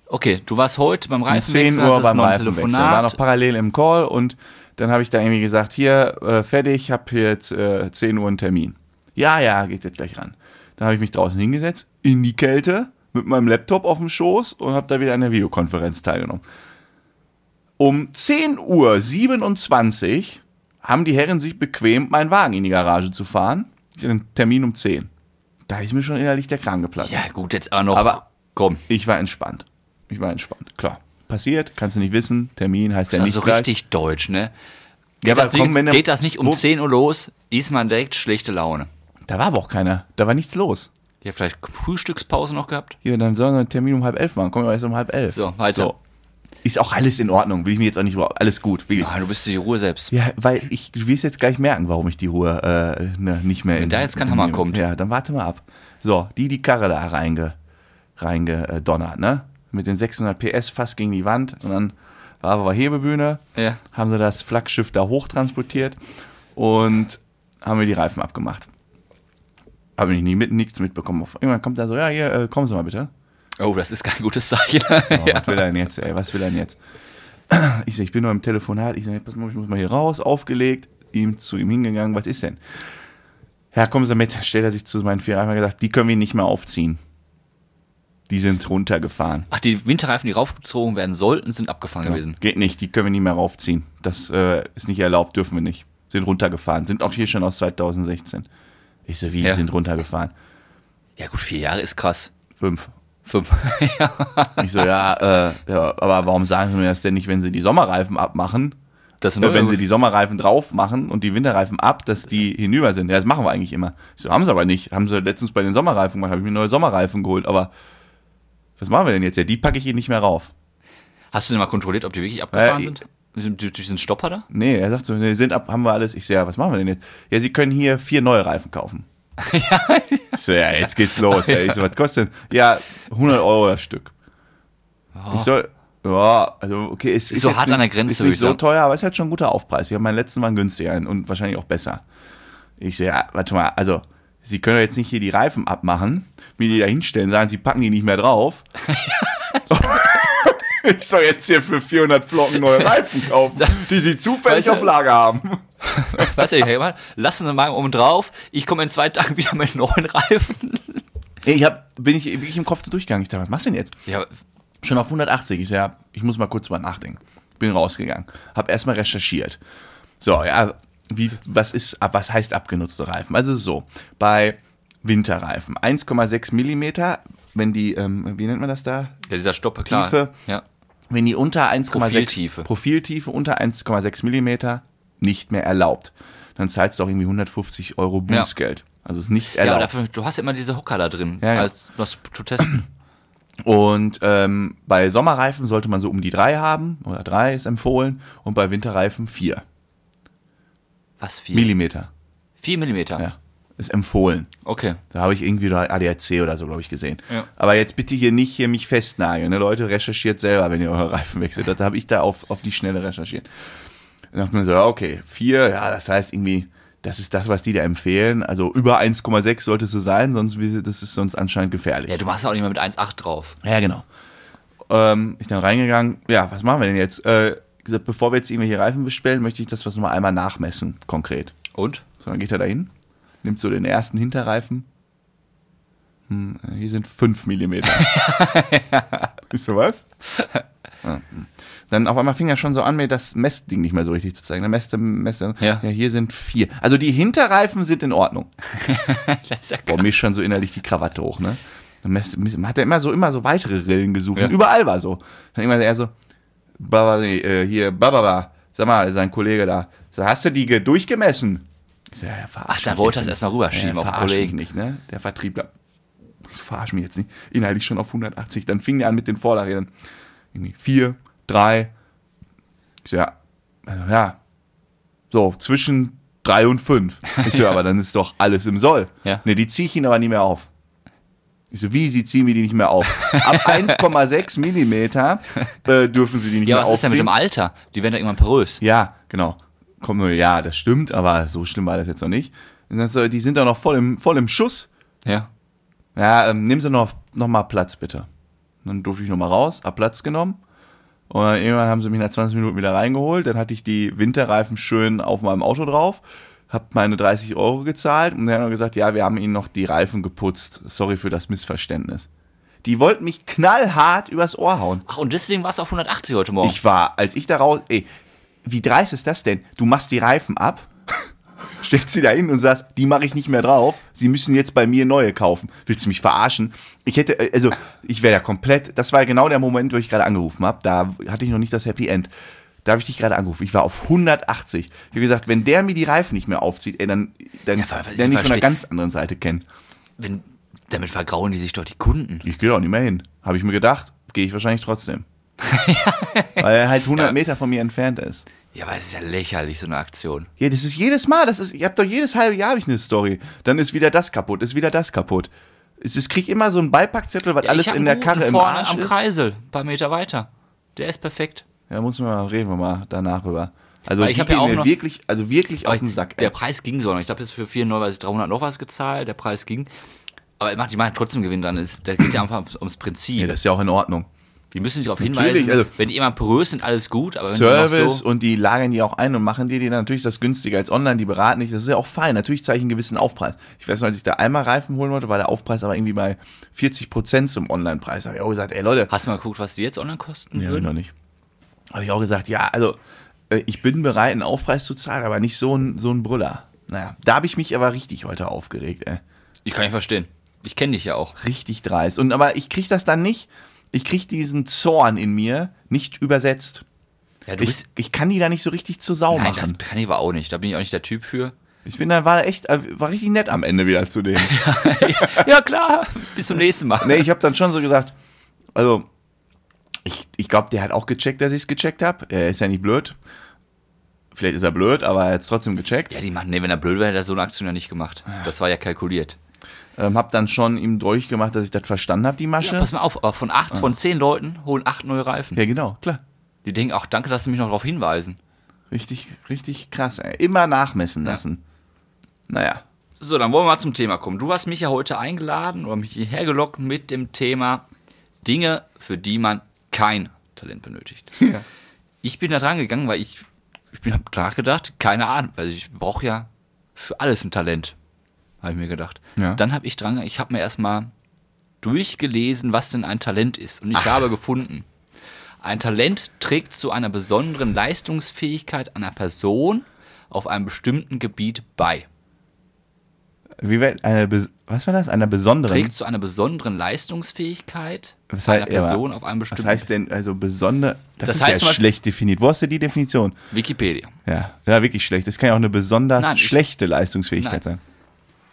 [SPEAKER 1] Okay, du warst heute beim
[SPEAKER 2] Um
[SPEAKER 1] Reifenwechsel.
[SPEAKER 2] 10 Uhr
[SPEAKER 1] hattest
[SPEAKER 2] beim
[SPEAKER 1] noch ein
[SPEAKER 2] Reifenwechsel.
[SPEAKER 1] Telefonat.
[SPEAKER 2] War noch parallel im Call und dann habe ich da irgendwie gesagt, hier, äh, fertig, habe jetzt äh, 10 Uhr einen Termin. Ja, ja, geht jetzt gleich ran. Dann habe ich mich draußen hingesetzt, in die Kälte, mit meinem Laptop auf dem Schoß und habe da wieder an der Videokonferenz teilgenommen. Um 10 Uhr 27 haben die Herren sich bequemt, meinen Wagen in die Garage zu fahren. Ich hatte einen Termin um 10. Da ist mir schon innerlich der Kran geplatzt.
[SPEAKER 1] ja, gut, jetzt aber noch.
[SPEAKER 2] Aber-
[SPEAKER 1] komm.
[SPEAKER 2] Ich war entspannt. Ich war entspannt. Klar. Passiert, kannst du nicht wissen. Termin heißt ja
[SPEAKER 1] Das
[SPEAKER 2] nicht
[SPEAKER 1] ist so
[SPEAKER 2] gleich.
[SPEAKER 1] richtig deutsch, ne? Geht,
[SPEAKER 2] Ja, aber
[SPEAKER 1] das, Ding,
[SPEAKER 2] komm, wenn der-
[SPEAKER 1] geht das nicht um
[SPEAKER 2] Wo-
[SPEAKER 1] 10 Uhr los, ist man direkt schlechte Laune.
[SPEAKER 2] Da war aber auch keiner. Da war nichts los.
[SPEAKER 1] Ihr habt vielleicht Frühstückspause noch gehabt?
[SPEAKER 2] Hier, dann sollen wir einen Termin um halb elf machen. Kommen wir erst um halb elf.
[SPEAKER 1] So, weiter.
[SPEAKER 2] Ist auch alles in Ordnung. Will ich mir jetzt auch nicht überhaupt. Alles gut. Wirklich.
[SPEAKER 1] Ah, du bist dir die Ruhe selbst.
[SPEAKER 2] Ja, weil ich, du wirst jetzt gleich merken, warum ich die Ruhe äh, ne, nicht mehr. Wenn
[SPEAKER 1] da jetzt kein Hammer kommt.
[SPEAKER 2] Ja, dann warte mal ab. So, die die Karre da reinge, reingedonnert, ne? Mit den 600 PS fast gegen die Wand. Und dann war aber Hebebühne.
[SPEAKER 1] Ja.
[SPEAKER 2] Haben sie das Flaggschiff da hochtransportiert und haben mir die Reifen abgemacht. Habe ich nie mit, nichts mitbekommen. Irgendwann kommt da so, ja, hier, äh, kommen Sie mal bitte.
[SPEAKER 1] Oh, das ist kein gutes Zeichen.
[SPEAKER 2] Oh, Was will er denn jetzt, ey? Was will er denn jetzt? Ich so, ich bin noch im Telefonat. Ich so, hey, pass mal, auf, ich muss mal hier raus. Aufgelegt, ihm zu ihm hingegangen. Was ist denn? Ja, kommen Sie mit. Stellt er sich zu meinen vier Reifen gesagt, die können wir nicht mehr aufziehen. Die sind runtergefahren.
[SPEAKER 1] Ach, die Winterreifen, die raufgezogen werden sollten, sind abgefahren gewesen.
[SPEAKER 2] Geht nicht, die können wir nicht mehr raufziehen. Das äh, ist nicht erlaubt, dürfen wir nicht. Sind runtergefahren. Sind auch hier schon aus 2016. Ich so, wie,
[SPEAKER 1] Ja.
[SPEAKER 2] die sind runtergefahren?
[SPEAKER 1] Ja gut, vier Jahre ist krass.
[SPEAKER 2] Fünf.
[SPEAKER 1] Fünf.
[SPEAKER 2] Ich so, ja, äh, ja, aber warum sagen sie mir das denn nicht, wenn sie die Sommerreifen abmachen?
[SPEAKER 1] Das
[SPEAKER 2] Äh, wenn sie die Sommerreifen drauf machen und die Winterreifen ab, dass die hinüber sind. Ja, das machen wir eigentlich immer. Ich so, haben sie aber nicht. Haben sie letztens bei den Sommerreifen gemacht, habe ich mir neue Sommerreifen geholt, aber was machen wir denn jetzt? Ja, die packe ich ihnen nicht mehr rauf.
[SPEAKER 1] Hast du denn mal kontrolliert, ob die wirklich abgefahren
[SPEAKER 2] Äh,
[SPEAKER 1] sind? sind? die- Durch diesen Stopper da?
[SPEAKER 2] Nee, er sagt so, nee, sind ab, haben wir alles. Ich so, ja, was machen wir denn jetzt? Ja, sie können hier vier neue Reifen kaufen. Ich so, ja, jetzt geht's los. ey. Ich so, was kostet denn? Ja, 100 Euro das Stück. Ich so, ja, also okay, ist,
[SPEAKER 1] so
[SPEAKER 2] jetzt
[SPEAKER 1] hart
[SPEAKER 2] nicht,
[SPEAKER 1] an der Grenze,
[SPEAKER 2] Ist
[SPEAKER 1] würde
[SPEAKER 2] nicht
[SPEAKER 1] ich
[SPEAKER 2] so
[SPEAKER 1] sagen.
[SPEAKER 2] teuer, aber ist halt schon ein guter Aufpreis. Ich habe meinen letzten waren günstiger und wahrscheinlich auch besser. Ich so, ja, warte mal, also Sie können doch jetzt nicht hier die Reifen abmachen, mir die da hinstellen, sagen, Sie packen die nicht mehr drauf. ich soll jetzt hier für 400 Flocken neue Reifen kaufen, die Sie zufällig
[SPEAKER 1] Weißt du-
[SPEAKER 2] auf Lager haben.
[SPEAKER 1] Weißt du, ich hab gemacht, lassen Sie mal oben drauf. Ich komme in zwei Tagen wieder mit neuen Reifen.
[SPEAKER 2] Ich hab, bin ich wirklich im Kopf so durchgegangen. Ich dachte, was machst du denn jetzt?
[SPEAKER 1] Ja,
[SPEAKER 2] Schon auf 180. Ich so, ja, ich muss mal kurz drüber nachdenken. Bin rausgegangen. Hab erstmal recherchiert. So, ja, wie, was ist, ab- was heißt abgenutzte Reifen? Also so, bei Winterreifen 1,6 Millimeter, wenn die, ähm, wie nennt man das da?
[SPEAKER 1] ja dieser Stopper, klar.
[SPEAKER 2] Tiefe.
[SPEAKER 1] Ja.
[SPEAKER 2] Wenn die unter 1,6
[SPEAKER 1] Profiltiefe.
[SPEAKER 2] Profiltiefe unter 1,6 Millimeter nicht mehr erlaubt. Dann zahlst du auch irgendwie 150 Euro
[SPEAKER 1] Ja.
[SPEAKER 2] Bußgeld. Also ist nicht
[SPEAKER 1] Ja, aber
[SPEAKER 2] erlaubt.
[SPEAKER 1] dafür, du hast ja immer diese Hocker da drin,
[SPEAKER 2] Ja, ja.
[SPEAKER 1] als was zu testen.
[SPEAKER 2] Und ähm, bei Sommerreifen sollte man so um die drei haben, oder drei ist empfohlen, und bei Winterreifen vier
[SPEAKER 1] Was, vier?
[SPEAKER 2] Millimeter.
[SPEAKER 1] vier Millimeter?
[SPEAKER 2] Ja. Ist empfohlen.
[SPEAKER 1] Okay.
[SPEAKER 2] Da habe ich irgendwie da ADAC oder so, glaube ich, gesehen.
[SPEAKER 1] Ja.
[SPEAKER 2] Aber jetzt bitte hier nicht hier mich festnageln. Ne? Leute, recherchiert selber, wenn ihr eure Reifen wechselt. Das habe ich da auf, auf die Schnelle recherchiert. Dann dachte man so, ja, okay, vier, ja, das heißt irgendwie, das ist das, was die da empfehlen. Also über 1,6 sollte es so sein, sonst wie- das ist sonst anscheinend gefährlich.
[SPEAKER 1] Ja, du machst ja auch nicht mehr mit 1,8 drauf.
[SPEAKER 2] Ja, genau. Ähm, ich dann reingegangen, ja, was machen wir denn jetzt? Äh, gesagt, bevor wir jetzt irgendwelche Reifen bestellen, möchte ich das was nochmal einmal nachmessen, konkret.
[SPEAKER 1] Und?
[SPEAKER 2] So, dann geht er dahin, nimmt so den ersten Hinterreifen. Hm, äh, hier sind 5 Millimeter. Ist so was? Ja, hm. Dann auf einmal fing er schon so an, mir das Messding nicht mehr so richtig zu zeigen. Dann messte, messte,
[SPEAKER 1] Ja.
[SPEAKER 2] ja, hier sind vier. Also die Hinterreifen sind in Ordnung.
[SPEAKER 1] Das ist ja
[SPEAKER 2] Boah, mir ist schon so innerlich die Krawatte hoch, ne? Dann mess- mess- hat er immer so, immer so weitere Rillen gesucht.
[SPEAKER 1] Ja.
[SPEAKER 2] Und überall war so. Dann immer er so, Baba, nee, äh, hier, Bababa, sag mal, sein Kollege da, so, hast du die ge- durchgemessen? Ich so, ja, verarsch
[SPEAKER 1] Ach, dann
[SPEAKER 2] mich
[SPEAKER 1] wollte
[SPEAKER 2] jetzt
[SPEAKER 1] er es
[SPEAKER 2] nicht.
[SPEAKER 1] erstmal rüberschieben
[SPEAKER 2] ja,
[SPEAKER 1] auf den
[SPEAKER 2] verarsch mich
[SPEAKER 1] Kollegen.
[SPEAKER 2] nicht, ne? Der Vertriebler. Ich so, verarsch mich jetzt nicht. Inhaltlich schon auf 180. Dann fing er an mit den Vorderrädern. Irgendwie vier, drei. Ich so, ja, also, ja. So, zwischen drei und fünf. Ich so, aber dann ist doch alles im Soll.
[SPEAKER 1] Ja.
[SPEAKER 2] Ne, die ziehe ich ihn aber nicht mehr auf. Ich so, wie, sie ziehen mir die nicht mehr auf? Ab 1,6 Millimeter äh, dürfen sie die nicht
[SPEAKER 1] Ja,
[SPEAKER 2] mehr
[SPEAKER 1] was ist denn mit
[SPEAKER 2] aufziehen.
[SPEAKER 1] dem Alter? Die werden doch irgendwann porös.
[SPEAKER 2] Ja, genau. Kommt nur, ja, das stimmt, aber so schlimm war das jetzt noch nicht. Und dann so, die sind doch noch voll im, voll im Schuss.
[SPEAKER 1] Ja.
[SPEAKER 2] Ja, ähm, nehmen Sie noch, noch mal Platz, bitte. Und dann durfte ich noch mal raus, hab Platz genommen. Und dann irgendwann haben sie mich nach 20 Minuten wieder reingeholt. Dann hatte ich die Winterreifen schön auf meinem Auto drauf, hab meine 30 Euro gezahlt und dann haben gesagt, ja, wir haben Ihnen noch die Reifen geputzt. Sorry für das Missverständnis. Die wollten mich knallhart übers Ohr hauen.
[SPEAKER 1] Ach, und deswegen war es auf 180 heute Morgen.
[SPEAKER 2] Ich war, als ich da raus, ey, wie dreist ist das denn? Du machst die Reifen ab, stellst sie da hin und sagst, die mache ich nicht mehr drauf, sie müssen jetzt bei mir neue kaufen. Willst du mich verarschen? Ich hätte, äh, also, ich wäre da komplett, das war genau der Moment, wo ich gerade angerufen habe, da hatte ich noch nicht das Happy End. Da habe ich dich gerade angerufen. Ich war auf 180. Ich habe gesagt, wenn der mir die Reifen nicht mehr aufzieht, ey, dann, dann
[SPEAKER 1] aber was-
[SPEAKER 2] lerne ich von
[SPEAKER 1] verstehe-
[SPEAKER 2] einer ganz anderen Seite kennen.
[SPEAKER 1] Wenn, damit vergrauen die sich doch die Kunden.
[SPEAKER 2] Ich gehe auch nicht mehr hin. Habe ich mir gedacht, gehe ich wahrscheinlich trotzdem. Weil er halt 100 Meter von mir entfernt ist.
[SPEAKER 1] Ja, aber es ist ja lächerlich, so eine Aktion.
[SPEAKER 2] Ja, das ist jedes Mal, das ist, ich habe doch jedes halbe Jahr hab ich eine Story. Dann ist wieder das kaputt, ist wieder das kaputt. Es ist, krieg immer so einen Beipackzettel, was
[SPEAKER 1] Ja,
[SPEAKER 2] alles
[SPEAKER 1] ich hab
[SPEAKER 2] in
[SPEAKER 1] einen
[SPEAKER 2] der
[SPEAKER 1] guten
[SPEAKER 2] Karre im
[SPEAKER 1] vorne
[SPEAKER 2] Arsch
[SPEAKER 1] am
[SPEAKER 2] ist.
[SPEAKER 1] Kreisel, ein paar Meter weiter. Der ist perfekt.
[SPEAKER 2] Ja, muss man mal reden wir mal danach über. Also
[SPEAKER 1] Weil
[SPEAKER 2] ich
[SPEAKER 1] ich hab
[SPEAKER 2] die
[SPEAKER 1] ja
[SPEAKER 2] gehen
[SPEAKER 1] auch
[SPEAKER 2] mir
[SPEAKER 1] noch-
[SPEAKER 2] wirklich, also wirklich auf
[SPEAKER 1] Aber
[SPEAKER 2] den Sack.
[SPEAKER 1] Der
[SPEAKER 2] ey.
[SPEAKER 1] Preis ging so noch. Ich glaube, das ist für 94 300 noch was gezahlt. Der Preis ging. Aber die machen trotzdem Gewinn dran. Es- Da geht ja einfach ums, ums Prinzip.
[SPEAKER 2] Ja, das ist ja auch in Ordnung.
[SPEAKER 1] Die müssen dich darauf
[SPEAKER 2] Natürlich,
[SPEAKER 1] hinweisen,
[SPEAKER 2] also-
[SPEAKER 1] wenn die immer porös sind, alles gut, aber wenn sie noch
[SPEAKER 2] Service
[SPEAKER 1] so,
[SPEAKER 2] und die lagern die auch ein und machen dir die dann natürlich das günstiger als online, die beraten dich, das ist ja auch fein. Natürlich zahle ich einen gewissen Aufpreis. Ich weiß noch, als ich da einmal Reifen holen wollte, war der Aufpreis aber irgendwie bei 40% zum Online-Preis. Da habe ich auch gesagt, ey Leute,
[SPEAKER 1] Hast du mal geguckt, was die jetzt online kosten
[SPEAKER 2] ja,
[SPEAKER 1] würden?
[SPEAKER 2] noch nicht. Habe ich auch gesagt, ja, also äh, ich bin bereit, einen Aufpreis zu zahlen, aber nicht so ein, so ein Brüller. Naja, da habe ich mich aber richtig heute aufgeregt, ey.
[SPEAKER 1] Ich kann nicht verstehen. Ich kenne dich ja auch.
[SPEAKER 2] Richtig dreist. Und aber ich kriege das dann nicht, ich kriege diesen Zorn in mir nicht übersetzt.
[SPEAKER 1] Ja, du
[SPEAKER 2] Ich,
[SPEAKER 1] bist.
[SPEAKER 2] ich kann die da nicht so richtig zur Sau
[SPEAKER 1] Nein,
[SPEAKER 2] machen.
[SPEAKER 1] das kann ich aber auch nicht. Da bin ich auch nicht der Typ für.
[SPEAKER 2] Ich bin dann, war echt, äh, war richtig nett am Ende wieder zu denen.
[SPEAKER 1] ja, klar. Bis zum nächsten Mal.
[SPEAKER 2] nee, ich habe dann schon so gesagt, also, ich, ich glaube, der hat auch gecheckt, dass ich es gecheckt habe. Er ist ja nicht blöd. Vielleicht ist er blöd, aber er hat es trotzdem gecheckt.
[SPEAKER 1] Ja, die machen, nee, wenn er blöd wäre, hätte er so eine Aktion ja nicht gemacht. Das war ja kalkuliert.
[SPEAKER 2] Ähm, hab dann schon ihm durchgemacht, dass ich das verstanden habe, die Masche.
[SPEAKER 1] Ja,
[SPEAKER 2] Ja,
[SPEAKER 1] pass mal auf, aber von acht, von zehn Leuten holen acht neue Reifen.
[SPEAKER 2] genau, klar.
[SPEAKER 1] Die denken auch, danke, dass sie mich noch darauf hinweisen.
[SPEAKER 2] Richtig, richtig krass, ey. Immer nachmessen lassen. Naja.
[SPEAKER 1] So, dann wollen wir mal zum Thema kommen. Du hast mich ja heute eingeladen oder mich hierher gelockt mit dem Thema Dinge, für die man kein Talent benötigt. Ich bin da dran gegangen, weil ich, ich bin hab nachgedacht, keine Ahnung, also ich brauche ja für alles ein Talent, habe ich mir gedacht.
[SPEAKER 2] Ja.
[SPEAKER 1] Dann habe ich dran, ich habe mir erstmal durchgelesen, was denn ein Talent ist und ich habe gefunden. Ein Talent trägt zu einer besonderen Leistungsfähigkeit einer Person auf einem bestimmten Gebiet bei.
[SPEAKER 2] Wie wär, eine, bes- was war das? Einer besonderen.
[SPEAKER 1] trägt zu einer besonderen Leistungsfähigkeit
[SPEAKER 2] Was
[SPEAKER 1] einer
[SPEAKER 2] heißt- ja, aber
[SPEAKER 1] Person auf einem bestimmten
[SPEAKER 2] was heißt denn, also besonder. Das,
[SPEAKER 1] Das
[SPEAKER 2] ist
[SPEAKER 1] heißt zum
[SPEAKER 2] ja
[SPEAKER 1] Beispiel-
[SPEAKER 2] schlecht definiert. Wo hast du die Definition?
[SPEAKER 1] Wikipedia.
[SPEAKER 2] Ja, ja, wirklich schlecht. Das kann ja auch eine besonders
[SPEAKER 1] Nein, ich-
[SPEAKER 2] schlechte Leistungsfähigkeit sein.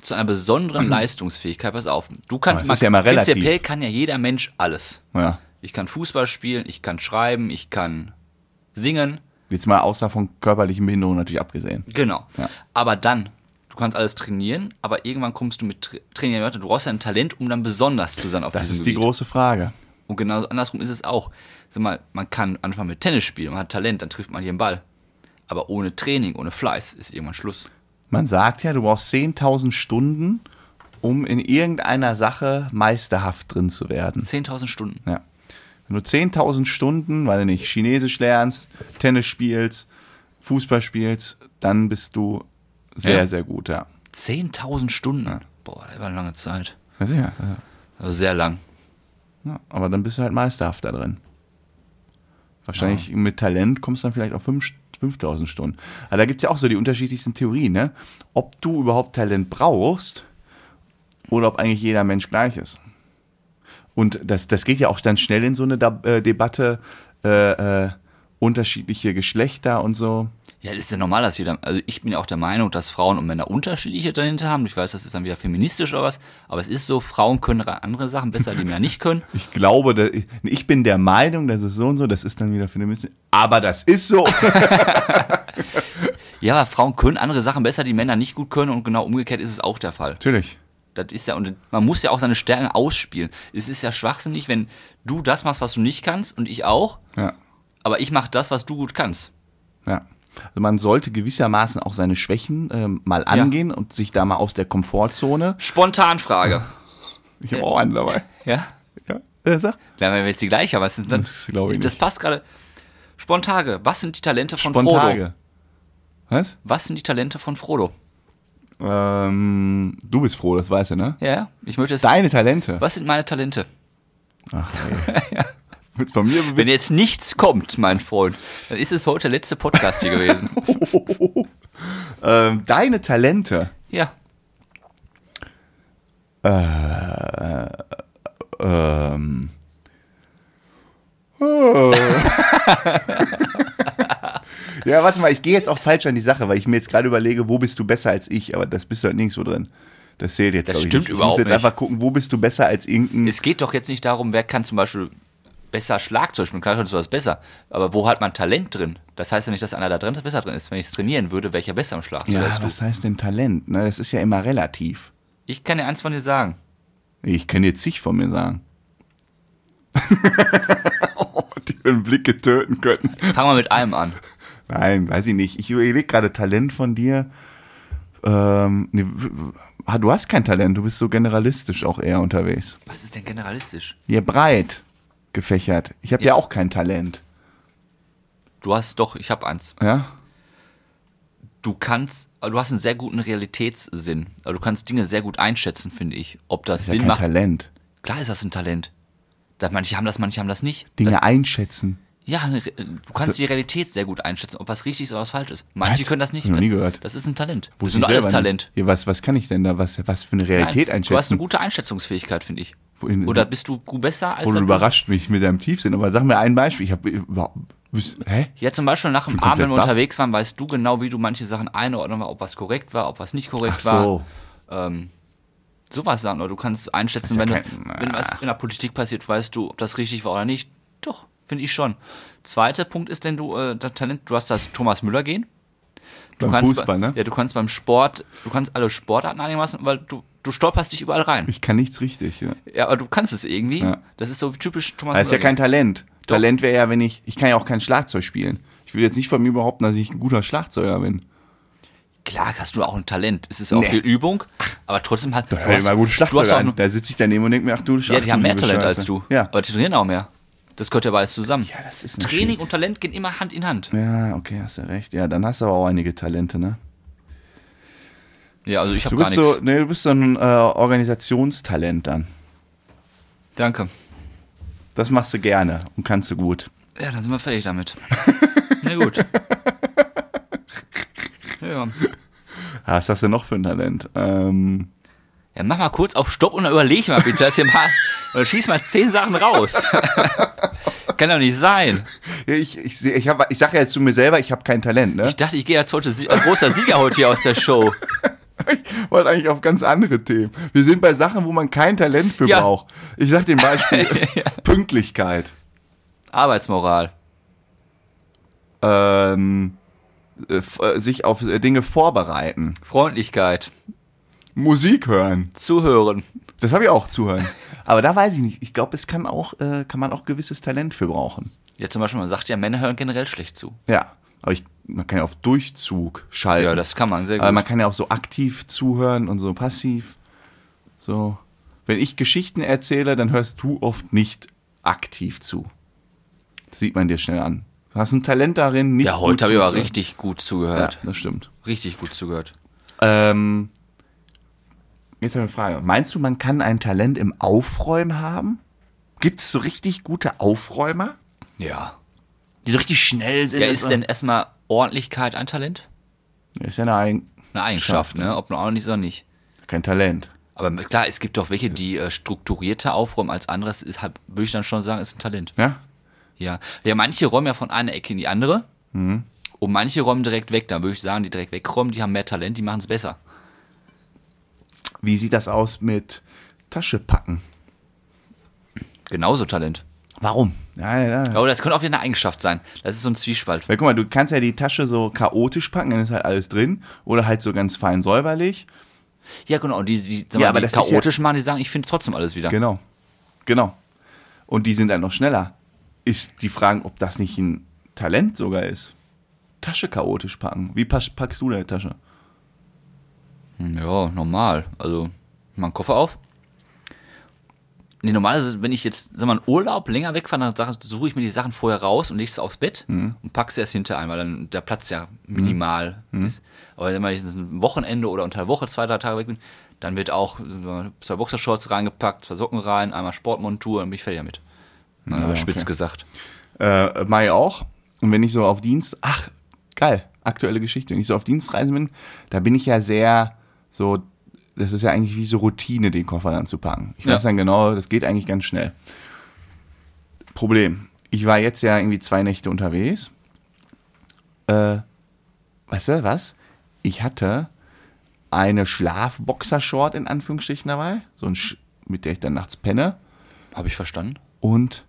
[SPEAKER 1] Zu einer besonderen Leistungsfähigkeit, pass auf. Du kannst
[SPEAKER 2] Aber es ist ja immer relativ.
[SPEAKER 1] prinzipiell kann ja jeder Mensch alles.
[SPEAKER 2] Ja.
[SPEAKER 1] Ich kann Fußball spielen, ich kann schreiben, ich kann singen,
[SPEAKER 2] Jetzt mal außer von körperlichen Behinderungen natürlich abgesehen.
[SPEAKER 1] genau.
[SPEAKER 2] Ja.
[SPEAKER 1] Aber dann, du kannst alles trainieren, aber irgendwann kommst du mit Tra- Trainieren weiter. Du brauchst ja ein Talent, um dann besonders zu sein auf
[SPEAKER 2] Das
[SPEAKER 1] diesem
[SPEAKER 2] ist die
[SPEAKER 1] Gebiet.
[SPEAKER 2] große Frage.
[SPEAKER 1] Und genau andersrum ist es auch. Sag mal, man kann anfangen mit Tennis spielen, man hat Talent, dann trifft man hier den Ball. Aber ohne Training, ohne Fleiß ist irgendwann Schluss.
[SPEAKER 2] Man sagt ja, du brauchst 10.000 Stunden, um in irgendeiner Sache meisterhaft drin zu werden.
[SPEAKER 1] 10.000 Stunden.
[SPEAKER 2] Ja. Wenn du 10.000 Stunden, weil du nicht Chinesisch lernst, Tennis spielst, Fußball spielst, dann bist du sehr,
[SPEAKER 1] Ja.
[SPEAKER 2] sehr gut, ja.
[SPEAKER 1] 10.000 Stunden. Boah, das war eine lange Zeit.
[SPEAKER 2] Ja, sicher. Ja.
[SPEAKER 1] Also sehr lang.
[SPEAKER 2] Ja, aber dann bist du halt meisterhaft da drin. Wahrscheinlich mit Talent kommst du dann vielleicht auf fünf- 5000 Stunden. Aber da gibt es ja auch so die unterschiedlichsten Theorien, ne? Ob du überhaupt Talent brauchst oder ob eigentlich jeder Mensch gleich ist. Und das, das geht ja auch dann schnell in so eine Da- äh, Debatte, äh, äh, unterschiedliche Geschlechter und so.
[SPEAKER 1] Ja, das ist ja normal, dass jeder. Also ich bin ja auch der Meinung, dass Frauen und Männer unterschiedliche Talente haben. Ich weiß, das ist dann wieder feministisch oder was. Aber es ist so, Frauen können ra- andere Sachen besser, die Männer nicht können.
[SPEAKER 2] Ich glaube, da, ich- ich bin der Meinung, das ist so und so, das ist dann wieder für eine Mission. Aber das ist so.
[SPEAKER 1] Ja, aber Frauen können andere Sachen besser, die Männer nicht gut können. Und genau umgekehrt ist es auch der Fall.
[SPEAKER 2] Natürlich.
[SPEAKER 1] Das ist ja, und man muss ja auch seine Stärken ausspielen. Es ist ja schwachsinnig, wenn du das machst, was du nicht kannst und ich auch.
[SPEAKER 2] Ja.
[SPEAKER 1] Aber ich mache das, was du gut kannst.
[SPEAKER 2] Ja. Also man sollte gewissermaßen auch seine Schwächen ähm, mal angehen und sich da mal aus der Komfortzone.
[SPEAKER 1] Spontanfrage.
[SPEAKER 2] Ich habe auch einen dabei.
[SPEAKER 1] Ja?
[SPEAKER 2] Ja. Äh, sag.
[SPEAKER 1] Lernen wir jetzt die gleiche, aber es ist dann,
[SPEAKER 2] Das glaub ich
[SPEAKER 1] Das
[SPEAKER 2] nicht.
[SPEAKER 1] passt gerade. Spontage, was sind die Talente von Frodo?
[SPEAKER 2] Spontage. Was?
[SPEAKER 1] Was sind die Talente von Frodo?
[SPEAKER 2] Ähm, du bist froh, das weißt du, ne?
[SPEAKER 1] Ja, Ja, ich möchte es.
[SPEAKER 2] Deine Talente.
[SPEAKER 1] Was sind meine Talente?
[SPEAKER 2] Ach, ey. Willst du bei mir
[SPEAKER 1] Wenn
[SPEAKER 2] bewegen?
[SPEAKER 1] jetzt nichts kommt, mein Freund, dann ist es heute der letzte Podcast hier gewesen.
[SPEAKER 2] Ähm, deine Talente.
[SPEAKER 1] Ja.
[SPEAKER 2] Ähm. Oh. ja, warte mal, ich gehe jetzt auch falsch an die Sache, weil ich mir jetzt gerade überlege, wo bist du besser als ich, aber das bist du halt nirgendwo drin. Das zählt jetzt
[SPEAKER 1] Das
[SPEAKER 2] glaub ich,
[SPEAKER 1] stimmt
[SPEAKER 2] nicht. Ich
[SPEAKER 1] überhaupt
[SPEAKER 2] muss jetzt
[SPEAKER 1] nicht.
[SPEAKER 2] einfach gucken, wo bist du besser als irgendein.
[SPEAKER 1] Es geht doch jetzt nicht darum, wer kann zum Beispiel besser Schlagzeug spielen. Klar, kannst du was besser. Aber wo hat man Talent drin? Das heißt ja nicht, dass einer da drin besser drin ist. Wenn ich es trainieren würde, wäre ich ja besser am Schlagzeug
[SPEAKER 2] ja,
[SPEAKER 1] als du.
[SPEAKER 2] was heißt denn Talent? Ne, das ist ja immer relativ.
[SPEAKER 1] Ich kann dir eins von dir sagen.
[SPEAKER 2] Ich kann jetzt zig von mir sagen. Die würden Blicke töten können.
[SPEAKER 1] Fang mal mit einem an.
[SPEAKER 2] Nein, weiß ich nicht. Ich überlege gerade Talent von dir. Ähm, nee, w- w- ah, du hast kein Talent, du bist so generalistisch auch eher unterwegs.
[SPEAKER 1] Was ist denn generalistisch?
[SPEAKER 2] Ja, breit. gefächert. Ich habe ja.
[SPEAKER 1] Ja.
[SPEAKER 2] auch kein Talent.
[SPEAKER 1] Du hast doch, ich habe eins.
[SPEAKER 2] Ja?
[SPEAKER 1] Du kannst, du hast einen sehr guten Realitätssinn. Also du kannst Dinge sehr gut einschätzen, finde ich. Ob das
[SPEAKER 2] ja
[SPEAKER 1] Sinn
[SPEAKER 2] kein
[SPEAKER 1] macht.
[SPEAKER 2] Talent.
[SPEAKER 1] Klar ist das ein Talent. Da- Manche haben das, manche haben das nicht.
[SPEAKER 2] Dinge einschätzen.
[SPEAKER 1] Ja, ne, Re-
[SPEAKER 2] Also
[SPEAKER 1] du kannst die Realität sehr gut einschätzen, ob was richtig ist oder was falsch ist. Manche
[SPEAKER 2] Was?
[SPEAKER 1] können das nicht.
[SPEAKER 2] Halt, Hab ich noch nie gehört.
[SPEAKER 1] Das ist ein Talent.
[SPEAKER 2] Wusste
[SPEAKER 1] das sind
[SPEAKER 2] ich
[SPEAKER 1] doch alles
[SPEAKER 2] selber
[SPEAKER 1] Talent.
[SPEAKER 2] Nicht. Ja, was, was kann ich denn da? Was, was für eine Realität
[SPEAKER 1] Nein,
[SPEAKER 2] einschätzen?
[SPEAKER 1] Du hast eine gute Einschätzungsfähigkeit, finde ich.
[SPEAKER 2] Wohin-
[SPEAKER 1] Oder bist du gut besser als
[SPEAKER 2] Oder
[SPEAKER 1] der-
[SPEAKER 2] du überrascht mich mit deinem Tiefsinn. Aber sag mir ein Beispiel. Ich habe überhaupt. wüs- Hä?
[SPEAKER 1] Ja, zum Beispiel nach dem
[SPEAKER 2] bin
[SPEAKER 1] Abend, wenn wir
[SPEAKER 2] komplett baff.
[SPEAKER 1] unterwegs waren, weißt du genau, wie du manche Sachen einordnen, ob was korrekt war, ob was nicht korrekt
[SPEAKER 2] Ach so.
[SPEAKER 1] war. Ähm, sowas sagen. Oder du kannst einschätzen,
[SPEAKER 2] ja
[SPEAKER 1] wenn, das,
[SPEAKER 2] kein-
[SPEAKER 1] wenn was in der Politik passiert, weißt du, ob das richtig war oder nicht. Doch, finde ich schon. Zweiter Punkt ist, denn du, äh, das Talent, du hast das Thomas Müller gehen. Du
[SPEAKER 2] Beim
[SPEAKER 1] kannst
[SPEAKER 2] Fußball,
[SPEAKER 1] bei-
[SPEAKER 2] ne?
[SPEAKER 1] Ja, du kannst beim Sport, du kannst alle Sportarten einigermaßen, weil du, du stolperst dich überall rein.
[SPEAKER 2] Ich kann nichts richtig. Ja.
[SPEAKER 1] Ja, aber du kannst es irgendwie.
[SPEAKER 2] Ja.
[SPEAKER 1] Das ist so typisch Thomas
[SPEAKER 2] Das ist ja
[SPEAKER 1] Müller-Gehen.
[SPEAKER 2] kein Talent. Talent wäre ja, wenn ich. Ich kann ja auch kein Schlagzeug spielen. Ich will jetzt nicht von mir behaupten, dass ich ein guter Schlagzeuger bin.
[SPEAKER 1] Klar hast du auch ein Talent. Es ist auch
[SPEAKER 2] Nee.
[SPEAKER 1] viel Übung, aber trotzdem hat
[SPEAKER 2] Hör dir mal gute Schlagzeuger an.
[SPEAKER 1] auch,
[SPEAKER 2] Da sitze ich daneben und denke mir, ach du
[SPEAKER 1] Ja,
[SPEAKER 2] Scheiße.
[SPEAKER 1] die haben mehr Talent als du.
[SPEAKER 2] Ja.
[SPEAKER 1] Aber die trainieren auch mehr. Das gehört ja beides zusammen.
[SPEAKER 2] Ja, das ist natürlich-
[SPEAKER 1] Training und Talent gehen immer Hand in Hand.
[SPEAKER 2] Ja, okay, hast du recht. Ja, dann hast du aber auch einige Talente, ne?
[SPEAKER 1] Ja, also ich habe
[SPEAKER 2] Du
[SPEAKER 1] gar
[SPEAKER 2] bist,
[SPEAKER 1] nichts.
[SPEAKER 2] so, nee, du bist so ein äh, Organisationstalent dann.
[SPEAKER 1] Danke.
[SPEAKER 2] Das machst du gerne und kannst du gut.
[SPEAKER 1] Ja, dann sind wir fertig damit. Na gut. Ja.
[SPEAKER 2] Ah, Was hast du noch für ein Talent? Ähm,
[SPEAKER 1] ja, mach mal kurz auf Stopp und dann überleg mal bitte, dass hier mal, oder schieß mal zehn Sachen raus. Kann doch nicht sein.
[SPEAKER 2] ich ich, seh- ich, hab- ich sage ja jetzt zu mir selber, ich habe kein Talent, ne?
[SPEAKER 1] Ich dachte, ich gehe als heute Sie- als großer Sieger heute hier aus der Show.
[SPEAKER 2] Ich wollte eigentlich auf ganz andere Themen. Wir sind bei Sachen, wo man kein Talent für
[SPEAKER 1] Ja.
[SPEAKER 2] braucht. Ich sag dir ein Beispiel. Pünktlichkeit.
[SPEAKER 1] Arbeitsmoral.
[SPEAKER 2] Ähm, äh, f- äh, sich auf äh, Dinge vorbereiten.
[SPEAKER 1] Freundlichkeit,
[SPEAKER 2] Musik hören.
[SPEAKER 1] Zuhören.
[SPEAKER 2] Das habe ich auch zuhören. Aber da weiß ich nicht. Ich glaube, es kann auch, äh, kann man auch gewisses Talent für brauchen.
[SPEAKER 1] Ja, zum Beispiel, man sagt ja, Männer hören generell schlecht zu.
[SPEAKER 2] Ja. Aber ich, man kann ja auf Durchzug schalten.
[SPEAKER 1] Ja, das kann man sehr
[SPEAKER 2] Aber
[SPEAKER 1] gut.
[SPEAKER 2] man kann ja auch so aktiv zuhören und so passiv. So. Wenn ich Geschichten erzähle, dann hörst du oft nicht aktiv zu. Das sieht man dir schnell an. Du hast ein Talent darin, nicht
[SPEAKER 1] ja, heute habe ich
[SPEAKER 2] zuzuhören.
[SPEAKER 1] aber richtig gut
[SPEAKER 2] Ja,
[SPEAKER 1] zugehört.
[SPEAKER 2] das stimmt.
[SPEAKER 1] Richtig gut zugehört.
[SPEAKER 2] Ähm, jetzt habe ich eine Frage. Meinst du, man kann ein Talent im Aufräumen haben? Gibt es so richtig gute Aufräumer?
[SPEAKER 1] Ja.
[SPEAKER 2] Die so richtig schnell sind?
[SPEAKER 1] Ja, ist denn erstmal Ordentlichkeit ein Talent?
[SPEAKER 2] Ist ja eine Eigen
[SPEAKER 1] Eine Eigenschaft, ne? Ob man ordentlich ist oder nicht.
[SPEAKER 2] kein Talent.
[SPEAKER 1] Aber klar, es gibt doch welche, die äh, strukturierter aufräumen als andere. Das ist halt, würde ich dann schon sagen, ist ein Talent.
[SPEAKER 2] Ja?
[SPEAKER 1] Ja. Ja, manche räumen ja von einer Ecke in die andere.
[SPEAKER 2] Mhm.
[SPEAKER 1] Und manche räumen direkt weg. Dann würde ich sagen, die direkt wegräumen, die haben mehr Talent, die machen es besser.
[SPEAKER 2] Wie sieht das aus mit Tasche packen?
[SPEAKER 1] Genauso Talent.
[SPEAKER 2] Warum? Ja, ja, ja.
[SPEAKER 1] Aber das könnte auch wieder eine Eigenschaft sein. Das ist so ein Zwiespalt.
[SPEAKER 2] Weil guck mal, du kannst ja die Tasche so chaotisch packen, dann ist halt alles drin. Oder halt so ganz fein säuberlich.
[SPEAKER 1] Ja, genau. Und die, die, sag
[SPEAKER 2] Ja,
[SPEAKER 1] mal,
[SPEAKER 2] aber
[SPEAKER 1] die
[SPEAKER 2] das ist ja-
[SPEAKER 1] chaotisch machen, die sagen, ich finde trotzdem alles wieder.
[SPEAKER 2] Genau. Genau. Und die sind dann noch schneller. Ist die Frage, ob das nicht ein Talent sogar ist. Tasche chaotisch packen. Wie pasch- packst du deine Tasche?
[SPEAKER 1] Ja, normal. Also, ich mach einen Koffer auf. Nee, normal ist es, wenn ich jetzt, sag mal, einen Urlaub länger wegfahre, dann suche ich mir die Sachen vorher raus und lege sie aufs Bett und packe sie erst hinter ein, weil dann der Platz ja minimal ist. Aber wenn man jetzt ein Wochenende oder unter der Woche zwei, drei Tage weg bin, dann wird auch äh, zwei Boxershorts reingepackt, zwei Socken rein, einmal Sportmontur und bin ich fertig damit. Na, aber spitz
[SPEAKER 2] okay.
[SPEAKER 1] gesagt.
[SPEAKER 2] Äh, mach ich auch. Und wenn ich so auf Dienst, ach, geil, aktuelle Geschichte. Wenn ich so auf Dienstreisen bin, da bin ich ja sehr so, das ist ja eigentlich wie so Routine, den Koffer dann zu packen. Ich
[SPEAKER 1] Ja.
[SPEAKER 2] weiß dann genau, das geht eigentlich ganz schnell. Problem. Ich war jetzt ja irgendwie zwei Nächte unterwegs. Äh, weißt du, was? Ich hatte eine Schlafboxershort in Anführungsstrichen dabei, so ein Sch mit der ich dann nachts penne
[SPEAKER 1] Habe ich verstanden?
[SPEAKER 2] und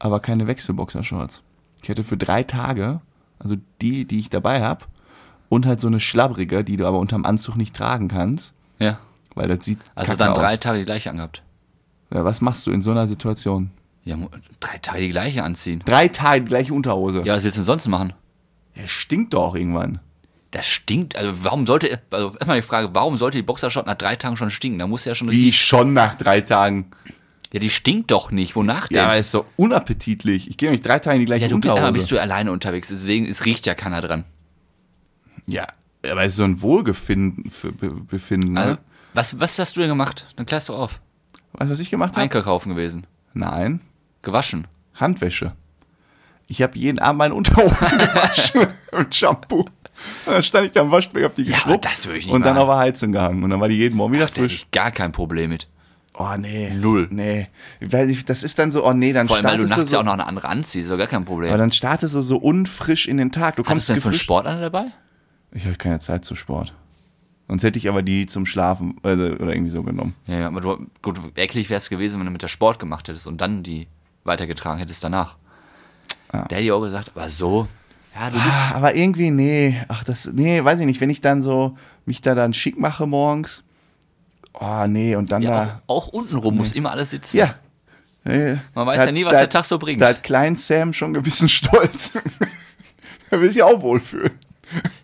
[SPEAKER 2] aber keine Wechselboxershorts. Ich hätte für drei Tage, also die, die ich dabei habe, und halt so eine schlabbrige, die du aber unterm Anzug nicht tragen kannst,
[SPEAKER 1] Ja.
[SPEAKER 2] weil das sieht
[SPEAKER 1] Also
[SPEAKER 2] kacke
[SPEAKER 1] dann drei
[SPEAKER 2] aus.
[SPEAKER 1] Tage die gleiche angehabt.
[SPEAKER 2] Ja, was machst du in so einer Situation?
[SPEAKER 1] Ja, mu- drei Tage die gleiche anziehen.
[SPEAKER 2] Drei Tage die gleiche Unterhose.
[SPEAKER 1] Ja, was willst du denn sonst machen?
[SPEAKER 2] Ja, stinkt doch irgendwann.
[SPEAKER 1] Das stinkt. Also warum sollte, also erstmal die Frage, warum sollte die Boxershot nach drei Tagen schon stinken? Da muss ja schon
[SPEAKER 2] Wie
[SPEAKER 1] richtig,
[SPEAKER 2] schon nach drei Tagen.
[SPEAKER 1] Ja, die stinkt doch nicht. Wonach denn?
[SPEAKER 2] Ja, aber ist so unappetitlich. Ich gehe nämlich drei Tage in die gleiche
[SPEAKER 1] Ja, du
[SPEAKER 2] Unterhose.
[SPEAKER 1] aber bist du alleine unterwegs, deswegen es riecht ja keiner dran.
[SPEAKER 2] ja, aber ist so ein Wohlbefinden. für- be- Befinden,
[SPEAKER 1] Also,
[SPEAKER 2] ne?
[SPEAKER 1] was, was hast du denn gemacht? Dann klärst du auf.
[SPEAKER 2] Weißt du, was ich gemacht habe?
[SPEAKER 1] Einkaufen gewesen.
[SPEAKER 2] Nein,
[SPEAKER 1] Gewaschen.
[SPEAKER 2] Handwäsche. Ich habe jeden Abend meine Unterhose gewaschen mit Shampoo. Und dann stand ich da am Waschbecken, hab die
[SPEAKER 1] aber
[SPEAKER 2] geschrubbt
[SPEAKER 1] das würde ich nicht
[SPEAKER 2] und dann
[SPEAKER 1] machen.
[SPEAKER 2] auf der Heizung gehangen. Und dann war die jeden Morgen wieder
[SPEAKER 1] Da hätte
[SPEAKER 2] frisch.
[SPEAKER 1] ich gar kein Problem mit.
[SPEAKER 2] Oh nee. Null. Nee. Weil ich, das ist dann so, oh nee, dann
[SPEAKER 1] Vor allem, weil du
[SPEAKER 2] startest du
[SPEAKER 1] nachts ja
[SPEAKER 2] so,
[SPEAKER 1] auch noch eine andere anziehst, ist doch gar kein
[SPEAKER 2] aber
[SPEAKER 1] Problem.
[SPEAKER 2] dann startest du so unfrisch in den Tag. Du
[SPEAKER 1] Hattest
[SPEAKER 2] kommst
[SPEAKER 1] du denn für einen
[SPEAKER 2] gefrischt-
[SPEAKER 1] Sport an dabei?
[SPEAKER 2] Ich habe keine Zeit zum Sport. Sonst hätte ich aber die zum Schlafen also, oder irgendwie so genommen.
[SPEAKER 1] Ja, ja, aber du, gut, eklig wäre es gewesen, wenn du mit der Sport gemacht hättest und dann die weitergetragen hättest danach.
[SPEAKER 2] Ja.
[SPEAKER 1] Der hätte ich auch gesagt, aber so, ja, du bist,
[SPEAKER 2] Ah, Aber irgendwie, nee. Ach, das, nee, weiß ich nicht. Wenn ich dann so mich da dann schick mache morgens. Oh, nee, und dann da.
[SPEAKER 1] ja, auch, auch untenrum muss immer alles sitzen.
[SPEAKER 2] Ja. Nee.
[SPEAKER 1] Man weiß
[SPEAKER 2] Da
[SPEAKER 1] ja nie, was
[SPEAKER 2] da
[SPEAKER 1] der Tag so bringt.
[SPEAKER 2] Da hat Klein Sam schon gewissen Stolz. da will sich auch wohlfühlen.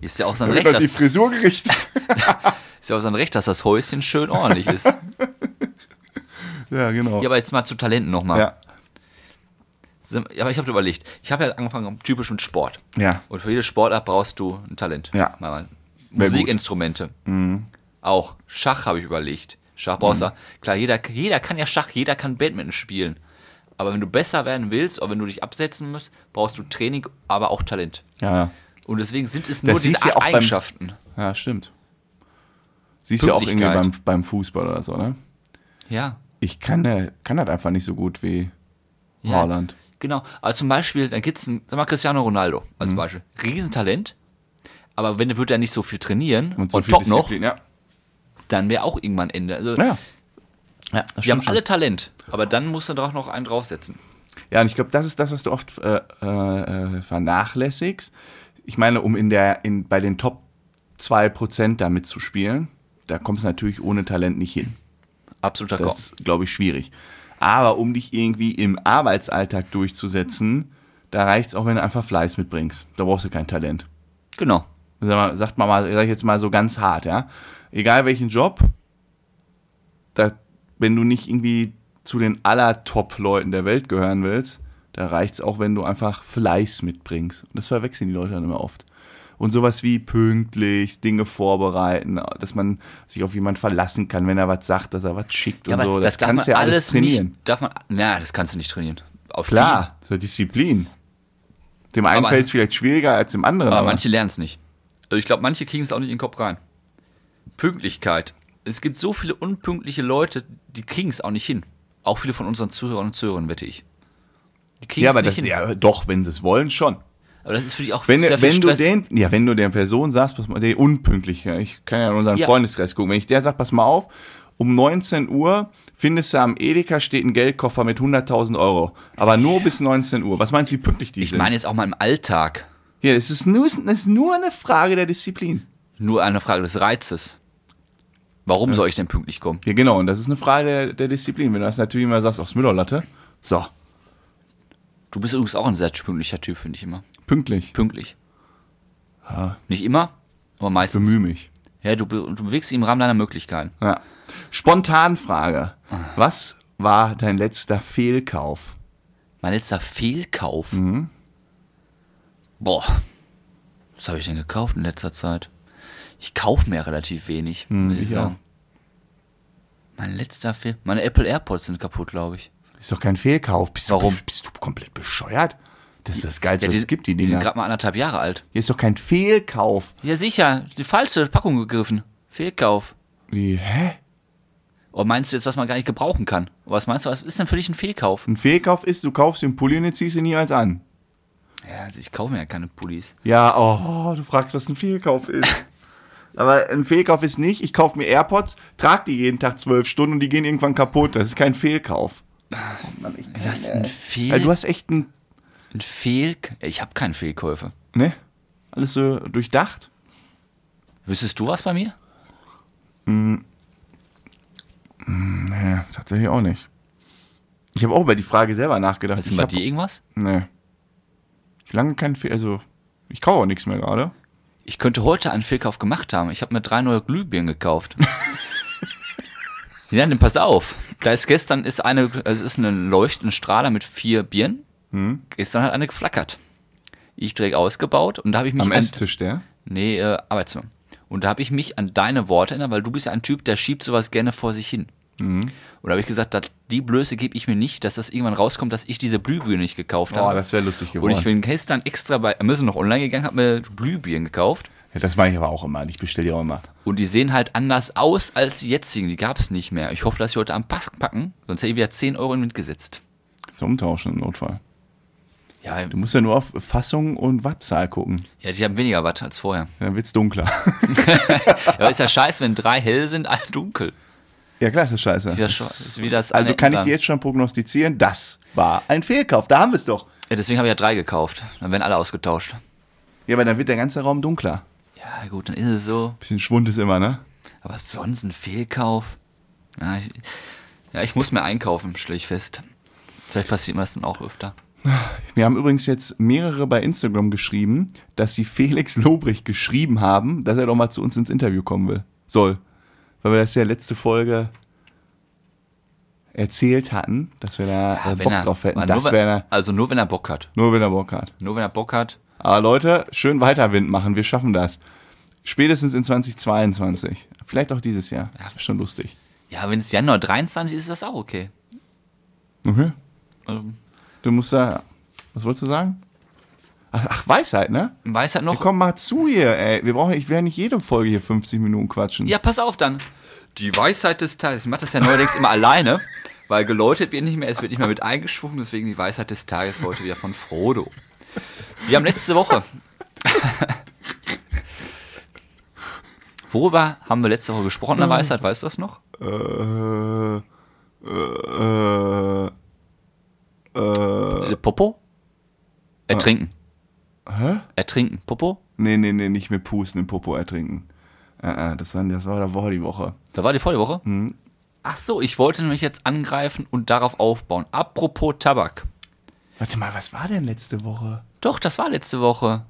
[SPEAKER 1] Ist ja auch sein
[SPEAKER 2] Da
[SPEAKER 1] Recht,
[SPEAKER 2] wird noch
[SPEAKER 1] dass,
[SPEAKER 2] die Frisur gerichtet.
[SPEAKER 1] ist ja auch sein Recht, dass das Häuschen schön ordentlich ist. Ja,
[SPEAKER 2] ja, genau.
[SPEAKER 1] aber jetzt mal zu Talenten nochmal.
[SPEAKER 2] Ja.
[SPEAKER 1] Aber ich habe überlegt, ich habe ja angefangen typisch mit Sport.
[SPEAKER 2] Ja.
[SPEAKER 1] Und für jede Sportart brauchst du ein Talent.
[SPEAKER 2] Ja.
[SPEAKER 1] Mal, mal.
[SPEAKER 2] Wär gut. Mhm.
[SPEAKER 1] Musikinstrumente. Auch Schach habe ich überlegt. Schach brauchst du. Klar, jeder, jeder kann ja Schach, jeder kann Badminton spielen. Aber wenn du besser werden willst oder wenn du dich absetzen musst, brauchst du Training, aber auch Talent.
[SPEAKER 2] Ja, ja.
[SPEAKER 1] Und deswegen sind es nur diese
[SPEAKER 2] siehst du ja auch beim-
[SPEAKER 1] Eigenschaften.
[SPEAKER 2] Ja, stimmt. Siehst ja auch irgendwie beim,
[SPEAKER 1] Pünktlichkeit.
[SPEAKER 2] beim Fußball oder so, ne?
[SPEAKER 1] Ja.
[SPEAKER 2] Ich kann, äh, kann das einfach nicht so gut wie
[SPEAKER 1] Ja.
[SPEAKER 2] Haaland.
[SPEAKER 1] Genau. Also zum Beispiel, dann gibt's einen, sag mal Cristiano Ronaldo
[SPEAKER 2] Mhm.
[SPEAKER 1] als Beispiel. Riesentalent. Aber wenn wird er nicht so viel trainieren und,
[SPEAKER 2] so viel
[SPEAKER 1] top noch,
[SPEAKER 2] Disziplin, Ja,
[SPEAKER 1] dann wäre auch irgendwann Ende. Also
[SPEAKER 2] ja. ja das
[SPEAKER 1] Wir haben
[SPEAKER 2] stimmt
[SPEAKER 1] alle Talent, aber dann musst du doch noch einen draufsetzen.
[SPEAKER 2] Ja, und ich glaube, das ist das, was du oft äh, äh, äh, vernachlässigst. Ich meine, um in der, in, bei den Top 2% da mitzuspielen, da kommst du natürlich ohne Talent nicht hin.
[SPEAKER 1] Absoluter
[SPEAKER 2] Das
[SPEAKER 1] Kopf.
[SPEAKER 2] ist, glaube ich, schwierig. Aber um dich irgendwie im Arbeitsalltag durchzusetzen, da reicht es auch, wenn du einfach Fleiß mitbringst. Da brauchst du kein Talent.
[SPEAKER 1] Genau.
[SPEAKER 2] Sag mal, sagt man mal, sag ich jetzt mal so ganz hart, ja. Egal welchen Job, da, wenn du nicht irgendwie zu den aller Top-Leuten der Welt gehören willst, da reicht's auch, wenn du einfach Fleiß mitbringst. Und das verwechseln die Leute dann immer oft. Und sowas wie pünktlich, Dinge vorbereiten, dass man sich auf jemanden verlassen kann, wenn er was sagt, dass er was schickt und so.
[SPEAKER 1] darf
[SPEAKER 2] kannst
[SPEAKER 1] man
[SPEAKER 2] ja alles, trainieren.
[SPEAKER 1] nicht. Darf man, na, das kannst du nicht trainieren. Auf
[SPEAKER 2] Klar, so Disziplin. Dem einen
[SPEAKER 1] Aber-
[SPEAKER 2] fällt es vielleicht schwieriger als dem anderen.
[SPEAKER 1] Viel, aber manche lernen es nicht. Also ich glaube, manche kriegen es auch nicht in den Kopf rein. Pünktlichkeit. Es gibt so viele unpünktliche Leute, die kriegen es auch nicht hin. Auch viele von unseren Zuhörern und Zuhörern, wette ich. Die kriegen
[SPEAKER 2] ja,
[SPEAKER 1] es
[SPEAKER 2] aber
[SPEAKER 1] nicht
[SPEAKER 2] das,
[SPEAKER 1] hin.
[SPEAKER 2] ja, doch, wenn sie es wollen, schon.
[SPEAKER 1] Aber das ist für dich auch
[SPEAKER 2] Wenn,
[SPEAKER 1] sehr viel
[SPEAKER 2] wenn du
[SPEAKER 1] Stress.
[SPEAKER 2] den, ja, wenn du der Person sagst, pass mal, der unpünktlich, ja, ich kann ja in unseren
[SPEAKER 1] Ja.
[SPEAKER 2] Freundeskreis gucken, wenn ich der sagt, pass mal auf, um 19 Uhr findest du am Edeka steht ein Geldkoffer mit 100.000 Euro, aber nur bis 19 Uhr. Was meinst du, wie pünktlich die
[SPEAKER 1] ich
[SPEAKER 2] sind?
[SPEAKER 1] meine jetzt auch mal im Alltag.
[SPEAKER 2] ja, es ist, nur, es ist nur eine Frage der Disziplin.
[SPEAKER 1] Nur eine Frage des Reizes. Warum soll ich denn pünktlich kommen?
[SPEAKER 2] Ja, genau, und das ist eine Frage der, der Disziplin. Wenn du das natürlich immer sagst, aus Müller-Latte, so,
[SPEAKER 1] Du bist übrigens auch ein sehr pünktlicher Typ, finde ich immer.
[SPEAKER 2] pünktlich,
[SPEAKER 1] pünktlich. Nicht immer, aber meistens.
[SPEAKER 2] bemühe mich.
[SPEAKER 1] Ja, du, be- du bewegst dich im Rahmen deiner Möglichkeiten.
[SPEAKER 2] Ja. Spontanfrage,
[SPEAKER 1] Ah.
[SPEAKER 2] was war dein letzter Fehlkauf?
[SPEAKER 1] Mein letzter Fehlkauf.
[SPEAKER 2] Mhm.
[SPEAKER 1] Boah, was habe ich denn gekauft in letzter Zeit? Ich kaufe mir relativ wenig, muss ich,
[SPEAKER 2] Mhm, ich
[SPEAKER 1] sagen. Mein letzter Fehl. Meine Apple AirPods sind kaputt, glaube ich.
[SPEAKER 2] Ist doch kein Fehlkauf. Bist
[SPEAKER 1] Warum?
[SPEAKER 2] Du, bist du komplett bescheuert? Das ist das Geilste,
[SPEAKER 1] Ja,
[SPEAKER 2] was es gibt, die
[SPEAKER 1] die sind
[SPEAKER 2] Dinger.
[SPEAKER 1] gerade mal anderthalb Jahre alt.
[SPEAKER 2] Hier ist doch kein Fehlkauf.
[SPEAKER 1] Ja, sicher. Die falsche Packung gegriffen. Fehlkauf.
[SPEAKER 2] Wie, hä?
[SPEAKER 1] Oder meinst du jetzt, was man gar nicht gebrauchen kann? Was meinst du, was ist denn für dich ein Fehlkauf?
[SPEAKER 2] Ein Fehlkauf ist, du kaufst den Pulli und jetzt ziehst du ihn niemals an.
[SPEAKER 1] Ja, also ich kaufe mir ja keine Pullis.
[SPEAKER 2] Ja, oh, du fragst, was ein Fehlkauf ist. Aber ein Fehlkauf ist nicht, ich kaufe mir AirPods, trage die jeden Tag zwölf Stunden und die gehen irgendwann kaputt. Das ist kein Fehlkauf.
[SPEAKER 1] Was ein Fehl.
[SPEAKER 2] Also, du hast echt ein,
[SPEAKER 1] Ein Fehl. Ich habe keinen Fehlkäufe.
[SPEAKER 2] ne? Alles so durchdacht.
[SPEAKER 1] Wüsstest du was bei mir?
[SPEAKER 2] Nee, Äh, tatsächlich auch nicht. Ich habe auch über die Frage selber nachgedacht.
[SPEAKER 1] Was ist
[SPEAKER 2] Ich
[SPEAKER 1] denn bei
[SPEAKER 2] hab-
[SPEAKER 1] dir irgendwas?
[SPEAKER 2] Nee. Ich lange keinen Fehl, also ich kaufe auch nichts mehr gerade.
[SPEAKER 1] Ich könnte heute einen Fehlkauf gemacht haben. Ich habe mir drei neue Glühbirnen gekauft. ja, dann pass auf. Da ist gestern ist eine, also es ist ein leuchtender Strahler mit vier Bieren.
[SPEAKER 2] Mhm.
[SPEAKER 1] Gestern hat eine geflackert. Ich direkt ausgebaut und da habe ich mich
[SPEAKER 2] Am
[SPEAKER 1] an-
[SPEAKER 2] Esstisch, der?
[SPEAKER 1] Nee, äh, Arbeitszimmer. Und da habe ich mich an deine Worte erinnert, weil du bist ja ein Typ, der schiebt sowas gerne vor sich hin.
[SPEAKER 2] Mhm.
[SPEAKER 1] Und da habe ich gesagt, dat, die Blöße gebe ich mir nicht, dass das irgendwann rauskommt, dass ich diese Glühbirne nicht gekauft
[SPEAKER 2] Boah,
[SPEAKER 1] habe.
[SPEAKER 2] das wäre lustig
[SPEAKER 1] Und
[SPEAKER 2] geworden.
[SPEAKER 1] ich bin gestern extra bei Amazon noch online gegangen, habe mir Glühbirnen gekauft.
[SPEAKER 2] ja, das mache ich aber auch immer. Ich bestelle die auch immer.
[SPEAKER 1] Und die sehen halt anders aus als die jetzigen. Die gab es nicht mehr. Ich hoffe, dass sie heute am Pass packen, sonst hätte ich wieder 10 Euro in den Wind gesetzt.
[SPEAKER 2] Zum Umtauschen im Notfall.
[SPEAKER 1] Ja,
[SPEAKER 2] Du musst ja nur auf Fassung und Wattzahl gucken.
[SPEAKER 1] ja die haben weniger Watt als vorher.
[SPEAKER 2] Dann wird's dunkler.
[SPEAKER 1] Ja, ist ja scheiße, wenn drei hell sind, alle dunkel.
[SPEAKER 2] ja, klar, ist das scheiße.
[SPEAKER 1] Ist ja scho- ist wie das
[SPEAKER 2] also
[SPEAKER 1] eine-
[SPEAKER 2] kann ich dir jetzt schon prognostizieren, das war ein Fehlkauf. Da haben wir es doch.
[SPEAKER 1] Ja, deswegen habe ich ja drei gekauft. Dann werden alle ausgetauscht.
[SPEAKER 2] Ja, aber dann wird der ganze Raum dunkler.
[SPEAKER 1] Ja, gut, dann ist es so.
[SPEAKER 2] Bisschen Schwund ist immer, ne?
[SPEAKER 1] Aber sonst ein Fehlkauf. Ja, ich, ja, ich muss mehr einkaufen, stelle ich fest. Vielleicht passiert mir das dann auch öfter.
[SPEAKER 2] Mir haben übrigens jetzt mehrere bei Instagram geschrieben, dass sie Felix Lobrecht geschrieben haben, dass er doch mal zu uns ins Interview kommen will. Soll. Weil wir das ja letzte Folge erzählt hatten, dass wir da äh,
[SPEAKER 1] Wenn
[SPEAKER 2] Bock
[SPEAKER 1] er-
[SPEAKER 2] drauf hätten.
[SPEAKER 1] aber
[SPEAKER 2] Das
[SPEAKER 1] nur,
[SPEAKER 2] wäre er.
[SPEAKER 1] wenn- also nur wenn er Bock hat.
[SPEAKER 2] Nur wenn er Bock hat.
[SPEAKER 1] Nur wenn er Bock hat.
[SPEAKER 2] Aber Leute, schön weiter Wind machen, wir schaffen das. Spätestens in 2022. Vielleicht auch dieses Jahr. Das wäre schon lustig.
[SPEAKER 1] Ja, wenn es Januar 23 ist, ist das auch okay.
[SPEAKER 2] Okay.
[SPEAKER 1] Also,
[SPEAKER 2] Du musst da. Was wolltest du sagen? Ach, ach Weisheit, ne?
[SPEAKER 1] weiß halt noch.
[SPEAKER 2] Komm mal zu hier, ey. Wir brauchen, ich werde nicht jede Folge hier 50 Minuten quatschen.
[SPEAKER 1] Ja, pass auf dann. Die Weisheit des Tages. Ich mache das ja neuerdings immer alleine, weil geläutet wird nicht mehr, es wird nicht mehr mit eingeschwungen, deswegen die Weisheit des Tages heute wieder von Frodo. Wir haben letzte Woche. Worüber haben wir letzte Woche gesprochen, der Weisheit? Weißt du das noch?
[SPEAKER 2] Hm. Äh, äh, äh,
[SPEAKER 1] Äh, Popo? Ertrinken. Hä? Ertrinken. Popo?
[SPEAKER 2] nee, nee, nee, nicht mit Pusten im Popo ertrinken. Äh, äh, das, war- das war der Woche, die Woche.
[SPEAKER 1] Da war die vor die Woche? Ach so, ich wollte nämlich jetzt angreifen und darauf aufbauen. Apropos Tabak.
[SPEAKER 2] Warte mal, was war denn letzte Woche?
[SPEAKER 1] Doch, das war letzte Woche.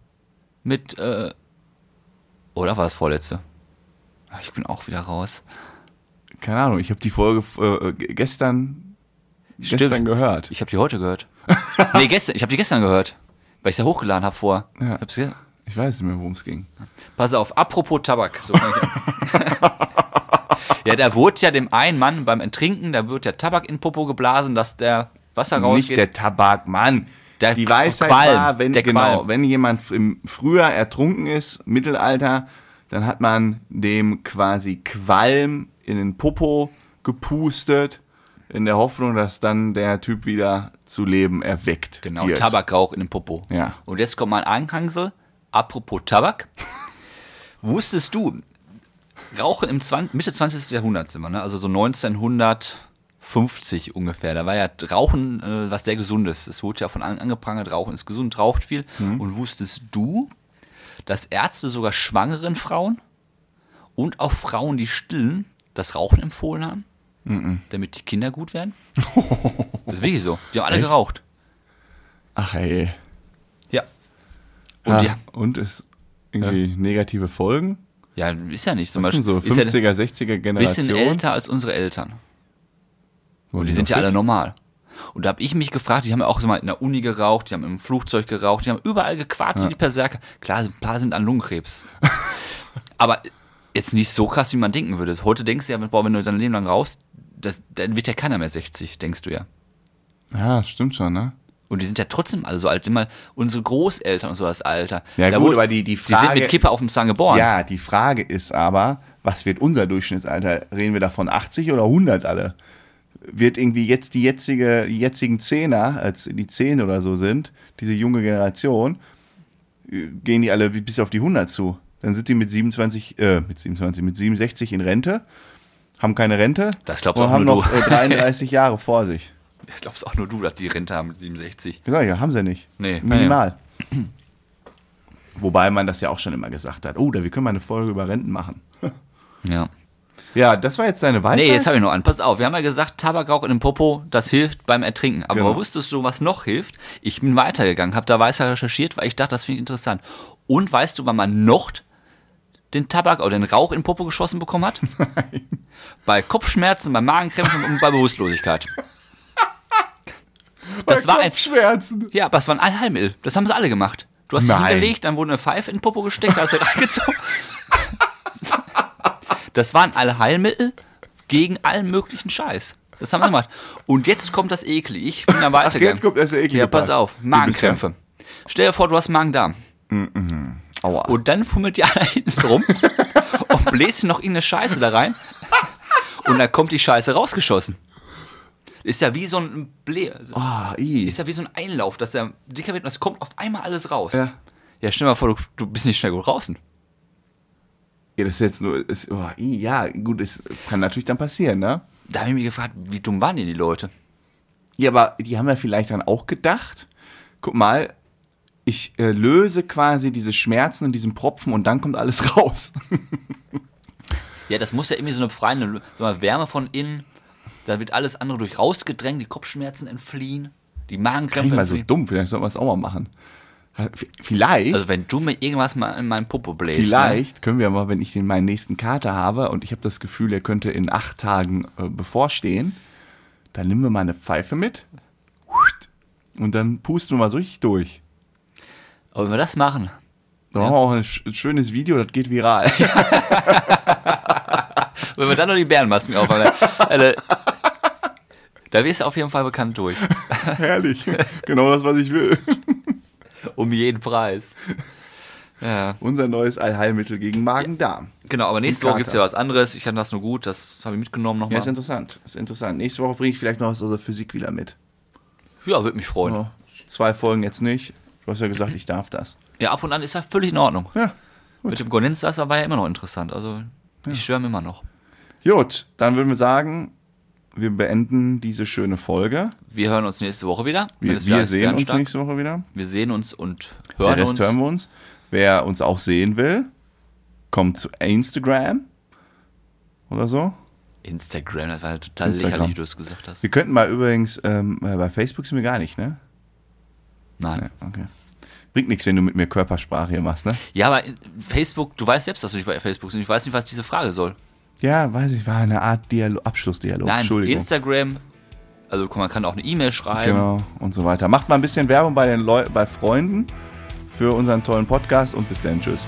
[SPEAKER 1] Mit, äh. Oder war es vorletzte? Ah, Ich bin auch wieder raus.
[SPEAKER 2] Keine Ahnung, ich habe die Folge äh, g- gestern, gestern gehört.
[SPEAKER 1] Ich habe die heute gehört. nee, gestern. Ich habe die gestern gehört. Weil ich ja hochgeladen habe vor.
[SPEAKER 2] Ja.
[SPEAKER 1] Ich hab's ge-
[SPEAKER 2] Ich weiß nicht mehr, worum es ging.
[SPEAKER 1] Pass auf, apropos Tabak. So fang ich an. ja, da wurde ja dem einen Mann beim Ertrinken, da wird der Tabak in Popo geblasen, dass der Wasser
[SPEAKER 2] nicht
[SPEAKER 1] rausgeht.
[SPEAKER 2] der Tabak, Mann.
[SPEAKER 1] Der
[SPEAKER 2] die Weisheit
[SPEAKER 1] Qualm,
[SPEAKER 2] war, wenn,
[SPEAKER 1] der
[SPEAKER 2] genau,
[SPEAKER 1] Qualm.
[SPEAKER 2] wenn jemand im früher ertrunken ist, Mittelalter, dann hat man dem quasi Qualm in den Popo gepustet, in der Hoffnung, dass dann der Typ wieder zu Leben erweckt.
[SPEAKER 1] Genau,
[SPEAKER 2] wird.
[SPEAKER 1] Tabakrauch in dem Popo.
[SPEAKER 2] Ja.
[SPEAKER 1] Und jetzt kommt mein Anhangsel. Apropos Tabak. Wusstest du, Rauchen im 20, Mitte 20. Jahrhundert sind wir, ne? also so 1950 ungefähr. Da war ja Rauchen äh, was sehr Gesundes. Es wurde ja von allen angeprangert, Rauchen ist gesund, raucht viel. Und wusstest du, dass Ärzte sogar schwangeren Frauen und auch Frauen, die stillen, das Rauchen empfohlen haben? Damit die Kinder gut werden? Das ist wirklich so. Die haben alle geraucht.
[SPEAKER 2] Ach ey.
[SPEAKER 1] Ja. Und
[SPEAKER 2] Und,
[SPEAKER 1] ja.
[SPEAKER 2] und es irgendwie negative Folgen?
[SPEAKER 1] Ja, ist ja nicht. Zum
[SPEAKER 2] Was
[SPEAKER 1] Beispiel
[SPEAKER 2] sind so
[SPEAKER 1] ist ja ein
[SPEAKER 2] 50er, 60er Generation?
[SPEAKER 1] bisschen älter als unsere Eltern.
[SPEAKER 2] Wo
[SPEAKER 1] Und die sind ja
[SPEAKER 2] noch
[SPEAKER 1] alle
[SPEAKER 2] fit?
[SPEAKER 1] normal. Und da habe ich mich gefragt, die haben ja auch so mal in der Uni geraucht, die haben im Flugzeug geraucht, die haben überall gequarzt wie die Berserker. Klar, ein paar sind an Lungenkrebs. Aber jetzt nicht so krass, wie man denken würde. Heute denkst du ja, boah, wenn du dein Leben lang rauchst, das, dann wird ja keiner mehr 60, denkst du ja.
[SPEAKER 2] Ja, stimmt schon, ne?
[SPEAKER 1] Und die sind ja trotzdem alle so alt. Immer unsere Großeltern und so das Alter.
[SPEAKER 2] Ja,
[SPEAKER 1] Da
[SPEAKER 2] gut,
[SPEAKER 1] wurde-
[SPEAKER 2] aber die- die
[SPEAKER 1] Die sind
[SPEAKER 2] Frage-
[SPEAKER 1] mit Kippe auf dem Zahn geboren.
[SPEAKER 2] Ja, die Frage ist aber, was wird unser Durchschnittsalter? Reden wir davon 80 oder 100 alle? Wird irgendwie jetzt die jetzige, die jetzigen Zehner, als die Zehn oder so sind, diese junge Generation, äh, gehen die alle bis auf die 100 zu. Dann sind die mit 27, äh, mit 27, mit 67 in Rente, haben keine Rente
[SPEAKER 1] Das glaubst
[SPEAKER 2] und
[SPEAKER 1] auch
[SPEAKER 2] haben
[SPEAKER 1] nur
[SPEAKER 2] noch
[SPEAKER 1] du.
[SPEAKER 2] äh, 33 Jahre vor sich.
[SPEAKER 1] Ich glaub's auch nur du, dass die Rente haben mit 67.
[SPEAKER 2] Genau, ja, haben sie nicht.
[SPEAKER 1] Nee.
[SPEAKER 2] Minimal. Wobei man das ja auch schon immer gesagt hat. Oh, da wir können mal eine Folge über Renten machen.
[SPEAKER 1] Ja.
[SPEAKER 2] Ja, das war jetzt deine Weisheit.
[SPEAKER 1] Nee, jetzt habe ich noch einen. Pass auf, wir haben ja gesagt, Tabakrauch in dem Popo, das hilft beim Ertrinken. Aber
[SPEAKER 2] Genau.
[SPEAKER 1] wusstest du, was noch hilft? Ich bin weitergegangen, habe da weiter recherchiert, weil ich dachte, das finde ich interessant. Und weißt du, wann man noch den Tabak oder den Rauch in den Popo geschossen bekommen hat? Bei Kopfschmerzen, bei Magenkrämpfen und bei Bewusstlosigkeit. Das
[SPEAKER 2] Bei
[SPEAKER 1] war ein,
[SPEAKER 2] Kopfschmerzen.
[SPEAKER 1] ja, aber das war ein Allheilmittel. Das haben sie alle gemacht. Du hast dich
[SPEAKER 2] Nein.
[SPEAKER 1] hingelegt, dann wurde eine Pfeife in den Popo gesteckt, da hast du reingezogen. Das war ein Allheilmittel gegen allen möglichen Scheiß. Das haben sie gemacht. Und jetzt kommt das Ekli. Ich bin am
[SPEAKER 2] Ach,
[SPEAKER 1] weitergegangen.
[SPEAKER 2] jetzt kommt erst der eklige
[SPEAKER 1] ja, pass
[SPEAKER 2] Part.
[SPEAKER 1] auf. Magenkrämpfe. Stell dir vor, du hast Magen-Darm.
[SPEAKER 2] Aua.
[SPEAKER 1] Und dann fummelt die einer hinten rum und bläst noch irgendeine Scheiße da rein. Und dann kommt die Scheiße rausgeschossen. Ist ja wie so ein Blä.
[SPEAKER 2] Ah, i.
[SPEAKER 1] Ist ja wie so ein Einlauf, dass der dicker wird und es kommt auf einmal alles raus.
[SPEAKER 2] Ja.
[SPEAKER 1] Ja, stell dir mal vor, du, du bist nicht schnell gut draußen.
[SPEAKER 2] Ja, das ist jetzt nur. Ist, oh, i, ja, gut, das kann natürlich dann passieren, ne?
[SPEAKER 1] Da habe ich mich gefragt, wie dumm waren denn die Leute?
[SPEAKER 2] Ja, aber die haben ja vielleicht dann auch gedacht, guck mal, ich äh, löse quasi diese Schmerzen in diesem Propfen und dann kommt alles raus.
[SPEAKER 1] Ja, das muss ja irgendwie so eine befreiende sag mal, Wärme von innen. Da wird alles andere durch rausgedrängt, die Kopfschmerzen entfliehen, die
[SPEAKER 2] Nicht
[SPEAKER 1] Magenkrämpfe
[SPEAKER 2] mal so
[SPEAKER 1] entfliehen.
[SPEAKER 2] dumm, vielleicht sollten wir es auch mal machen. Vielleicht,
[SPEAKER 1] Also wenn du mir irgendwas mal in meinen Popo bläst. Ne?
[SPEAKER 2] vielleicht können wir mal, wenn ich den meinen nächsten Kater habe und ich habe das Gefühl, er könnte in acht Tagen äh, bevorstehen, dann nehmen wir mal eine Pfeife mit und dann pusten wir mal so richtig durch.
[SPEAKER 1] Aber wenn wir das machen,
[SPEAKER 2] Dann machen wir auch ein sch- schönes Video, das geht viral.
[SPEAKER 1] Wenn wir dann noch die Bärenmasken aufhaben, dann- Alter, da wirst du auf jeden Fall bekannt durch.
[SPEAKER 2] Herrlich. Genau das, was ich will.
[SPEAKER 1] Um jeden Preis. Ja.
[SPEAKER 2] Unser neues Allheilmittel gegen Magen-Darm.
[SPEAKER 1] Genau, aber nächste
[SPEAKER 2] Und
[SPEAKER 1] Woche gibt es ja
[SPEAKER 2] Kater.
[SPEAKER 1] was anderes. Ich hatte das nur gut, das habe ich mitgenommen
[SPEAKER 2] Ja,
[SPEAKER 1] nochmal.
[SPEAKER 2] ist interessant. Ist interessant. Nächste Woche bringe ich vielleicht noch was aus der Physik wieder mit.
[SPEAKER 1] Ja, würde mich freuen. Ja.
[SPEAKER 2] So, zwei Folgen jetzt nicht. Du hast ja gesagt, ich darf das.
[SPEAKER 1] ab und an ist das völlig in Ordnung.
[SPEAKER 2] Ja.
[SPEAKER 1] Mit dem Gondensasser war ja immer noch interessant. Also, ich schwöre mir immer noch.
[SPEAKER 2] Gut, dann würden wir sagen, wir beenden diese schöne Folge.
[SPEAKER 1] Wir hören uns nächste Woche wieder. wenn
[SPEAKER 2] Wir,
[SPEAKER 1] es wieder
[SPEAKER 2] wir
[SPEAKER 1] heißt
[SPEAKER 2] sehen uns
[SPEAKER 1] Bärenstark.
[SPEAKER 2] nächste Woche wieder.
[SPEAKER 1] Wir sehen uns und
[SPEAKER 2] Den
[SPEAKER 1] hören
[SPEAKER 2] Rest
[SPEAKER 1] uns.
[SPEAKER 2] hören wir uns. Wer uns auch sehen will, kommt zu Instagram oder so.
[SPEAKER 1] Instagram, das war ja total
[SPEAKER 2] Instagram.
[SPEAKER 1] lächerlich, wie du es gesagt hast.
[SPEAKER 2] Wir könnten mal übrigens, ähm, äh, bei Facebook sind wir gar nicht, ne?
[SPEAKER 1] Nein.
[SPEAKER 2] Okay. Bringt nichts, wenn du mit mir Körpersprache hier machst, ne?
[SPEAKER 1] Ja, aber in- Facebook, du weißt selbst, dass du nicht bei Facebook bist. Ich weiß nicht, was diese Frage soll.
[SPEAKER 2] Ja, weiß ich, war eine Art Dialo Abschlussdialog.
[SPEAKER 1] Nein,
[SPEAKER 2] Entschuldigung.
[SPEAKER 1] Instagram. Also guck, mal, man kann auch eine E-Mail schreiben.
[SPEAKER 2] Genau, und so weiter. Macht mal ein bisschen Werbung bei den Leu bei Freunden für unseren tollen Podcast und bis dann. Tschüss.